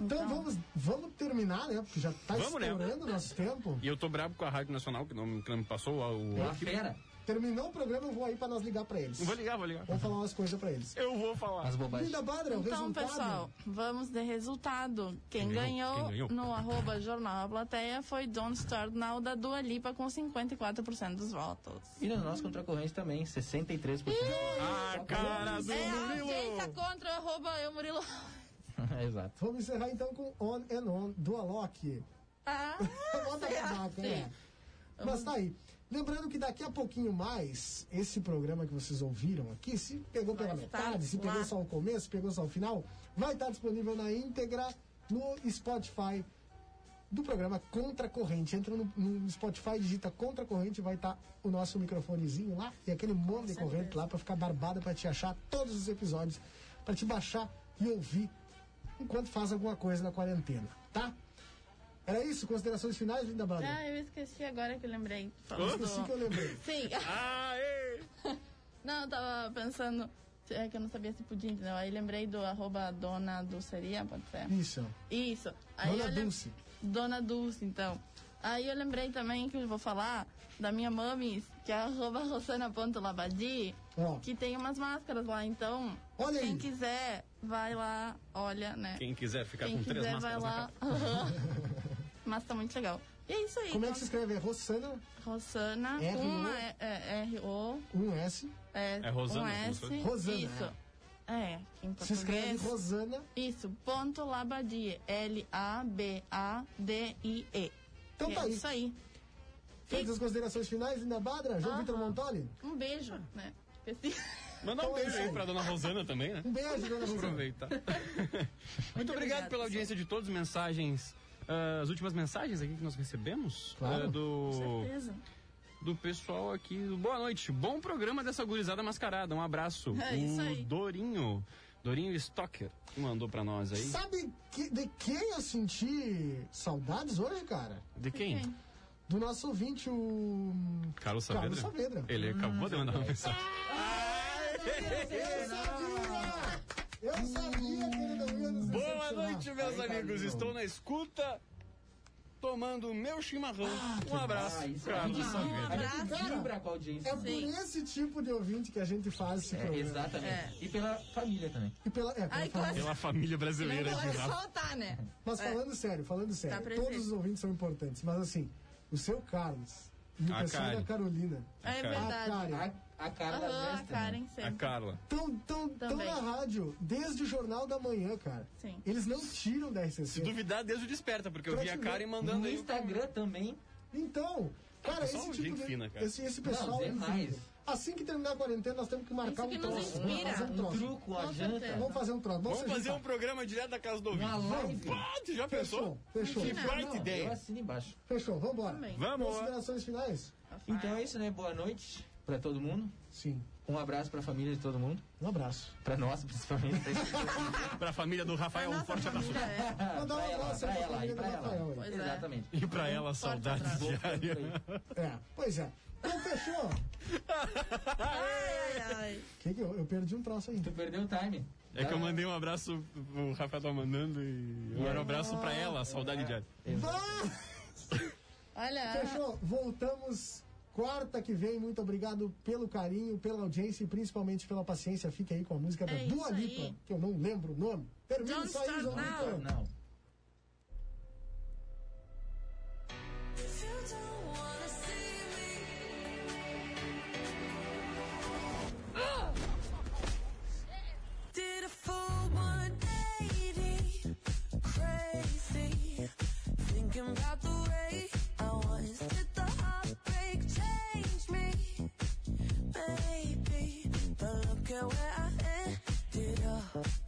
A: Então vamos, vamos terminar, né? Porque já tá
B: Vamos, né?
A: estourando o nosso tempo.
B: E eu tô brabo com a Rádio Nacional, que não, que não me passou o... o-
D: Uma fera.
A: Terminou o programa, eu vou aí pra nós ligar pra eles.
B: Vou ligar, vou ligar.
A: Vou falar umas coisas pra eles.
B: Eu vou falar.
D: As bobagens.
A: Linda Badra, o
C: Então,
A: um resultado.
C: pessoal, vamos de resultado. Quem,
B: Quem ganhou?
C: ganhou,
B: Quem ganhou?
C: no arroba Jornal da Plateia foi Don't Start Now da Dua Lipa com 54% dos votos.
D: E no nosso contra a corrente também, 63%.
B: A Ah, cara do
C: é
B: Murilo!
C: a agência contra o arroba eu, Murilo.
D: É, Exato.
A: Vamos encerrar então com On and On do Alok.
C: Ah,
A: Bota a
C: sei lá,
A: casaca,
C: sim.
A: é. Mas tá aí. Lembrando que daqui a pouquinho mais, esse programa que vocês ouviram aqui, se pegou pela
C: Vai estar
A: metade, se
C: lá.
A: pegou só o começo, se pegou só o final, vai estar disponível na íntegra no Spotify do programa Contra a Corrente. Entra no, no Spotify, digita Contra a Corrente, vai estar o nosso microfonezinho lá e aquele monte de corrente lá pra ficar barbada, pra te achar todos os episódios, pra te baixar e ouvir enquanto faz alguma coisa na quarentena, tá? Era isso? Considerações finais, Linda Bada?
C: Ah, eu esqueci agora que eu lembrei.
A: Eu
C: Falando
A: esqueci que eu lembrei.
C: Sim.
B: Aê!
C: Não, eu tava pensando... É que eu não sabia se podia, entendeu? Aí lembrei do arroba dona doceria, pode ser?
A: Isso.
C: Isso. Aí
A: Dona
C: eu lem-
A: Dulce.
C: Dona Dulce, então. Aí eu lembrei também que eu vou falar da minha mamis, que é arroba rossana.labadi,
A: Ó.
C: que tem umas máscaras lá. Então,
A: Olha
C: quem
A: aí.
C: quiser, vai lá, olha, né?
B: Quem quiser ficar
C: Quem
B: com três
C: quiser, vai
B: máscaras né? na
C: lá.
B: cara.
C: Aham. Mas tá muito legal. E é isso aí.
A: Como é que se escreve? É Rossana,
C: Rossana,
A: R-O?
C: uma é, é, R-O,
A: um S.
C: é,
B: É Rosana,
C: um
B: como
C: S.
B: se fosse.
A: Rosana,
C: Isso. É, em português.
A: Se escreve Rosana.
C: Isso, ponto Labadie. L-A-B-A-D-I-E.
A: Então
C: Que
A: tá
C: é
A: aí.
C: isso aí.
A: Fez as considerações finais, Linda Badra? João
C: Aham.
A: Vitor Montoli?
C: Um beijo, né? Esqueci.
B: Mandar um
A: Então é
B: beijo
A: isso
B: aí
A: aí.
B: pra dona Rosana também, né?
A: Um beijo, dona Rosana.
B: aproveitar. Muito obrigado
C: obrigada,
B: pela audiência de todos, mensagens. ah, as últimas mensagens aqui que nós recebemos
A: Claro.
B: ah, do,
C: Certeza.
B: do pessoal aqui. Boa noite, bom programa dessa gurizada mascarada. Um abraço.
C: É isso
B: o
C: aí.
B: Dorinho, Dorinho Stocker, que mandou pra nós aí.
A: Sabe que- de quem eu senti saudades hoje, cara?
B: De quem?
C: Quem?
A: Do nosso ouvinte, o.
B: Carlos Saavedra.
A: Carlos Saavedra.
B: Ele acabou de mandar uma mensagem.
A: Eu sabia! Eu sabia que ele não ia nos
B: Boa
A: decepcionar.
B: noite, meus
D: Aí,
B: amigos.
D: Carlinhos.
B: Estou na escuta tomando o meu chimarrão. um
D: Ah,
B: abraço.
D: isso
B: Carlos
D: aqui.
B: Saavedra.
D: A gente
A: Cara,
D: vibra com a audiência.
A: É por
C: Sim.
A: esse tipo de ouvinte que a gente faz esse
D: É,
A: programa.
D: exatamente. E pela família também.
A: E pela, é, pela
C: Ai,
A: família.
C: classe.
B: Pela família brasileira
C: Não
B: de
C: pode
B: rap.
C: soltar, é né?
A: Mas
C: É.
A: falando sério, falando
C: Tá
A: sério,
C: presente.
A: todos os ouvintes são importantes, mas assim, o seu Carlos e o
B: A
A: pessoal
B: Ah, Karen.
A: da Carolina,
C: É
B: Cara.
A: a
C: verdade.
A: Karen,
D: A, a cara da
C: Aham, a
D: mestra. né?
C: Karen
B: A
C: sempre.
B: Carla.
A: estão tão, tão
C: Também.
A: na rádio desde o Jornal da Manhã, cara.
C: Sim.
A: Eles não tiram da
B: Se
A: RCC.
B: duvidar, Deus o desperta, porque eu vi a Karen mandando
D: No
B: aí. um
D: Instagram também.
A: Então, cara,
B: Pessoal,
A: esse tipo
B: gente
A: de...
B: fina, cara.
A: Esse, esse pessoal
D: Não,
A: é
D: demais.
A: incrível. Assim que terminar a quarentena, nós temos que marcar
C: Isso que
A: um
C: nos
A: troço. Vamos
C: inspira.
A: fazer um
D: Um
A: troço.
D: truco, a
C: Com
D: janta.
C: certeza.
A: Vamos fazer um troço.
B: Vamos
A: se
B: fazer um
A: juntar.
B: programa direto da casa do
D: Uma
B: ouvinte.
D: live.
B: Pá, tu já pensou?
A: Fechou,
B: Que
A: fechou.
B: baita
D: Não, eu
B: ideia.
D: assino embaixo.
A: Fechou, vambora.
C: Também.
B: Vamos.
A: Considerações finais?
D: Então é isso, né? Boa noite pra todo mundo.
A: Sim.
D: Um abraço pra família de todo mundo.
A: Um abraço.
D: Pra nós, principalmente.
B: Pra família do Rafael, um
C: Nossa
B: forte abraço.
C: família é.
A: Mandar um
D: Pra ela,
A: abraço
D: pra
A: aí pra
D: ela,
A: família
D: e
A: do
D: pra ela.
A: Rafael aí.
C: Pois é.
D: Exatamente.
B: E pra ela, saudade
C: abraço.
B: diária.
A: É, pois é. Então fechou.
C: Ai, ai, ai.
A: Que que eu, eu perdi um troço aí.
D: Tu perdeu o time. Tá?
B: É que eu mandei um abraço, o Rafael tá mandando e agora um abraço pra ela, saudade diária.
A: Ah,
C: Olha.
A: fechou. Voltamos quarta que vem. Muito obrigado pelo carinho, pela audiência e principalmente pela paciência. Fique aí com a música da
C: É
A: Dua
C: isso
A: Lipa,
C: aí.
A: que eu não lembro o nome. Termina
C: Don't
A: isso aí,
C: Start
A: João
C: Now.
A: Vitor.
D: Não.
J: Did a full 180, crazy, thinking about the way I was. Did the heartbreak change me? Maybe, but look at where I ended up. uh,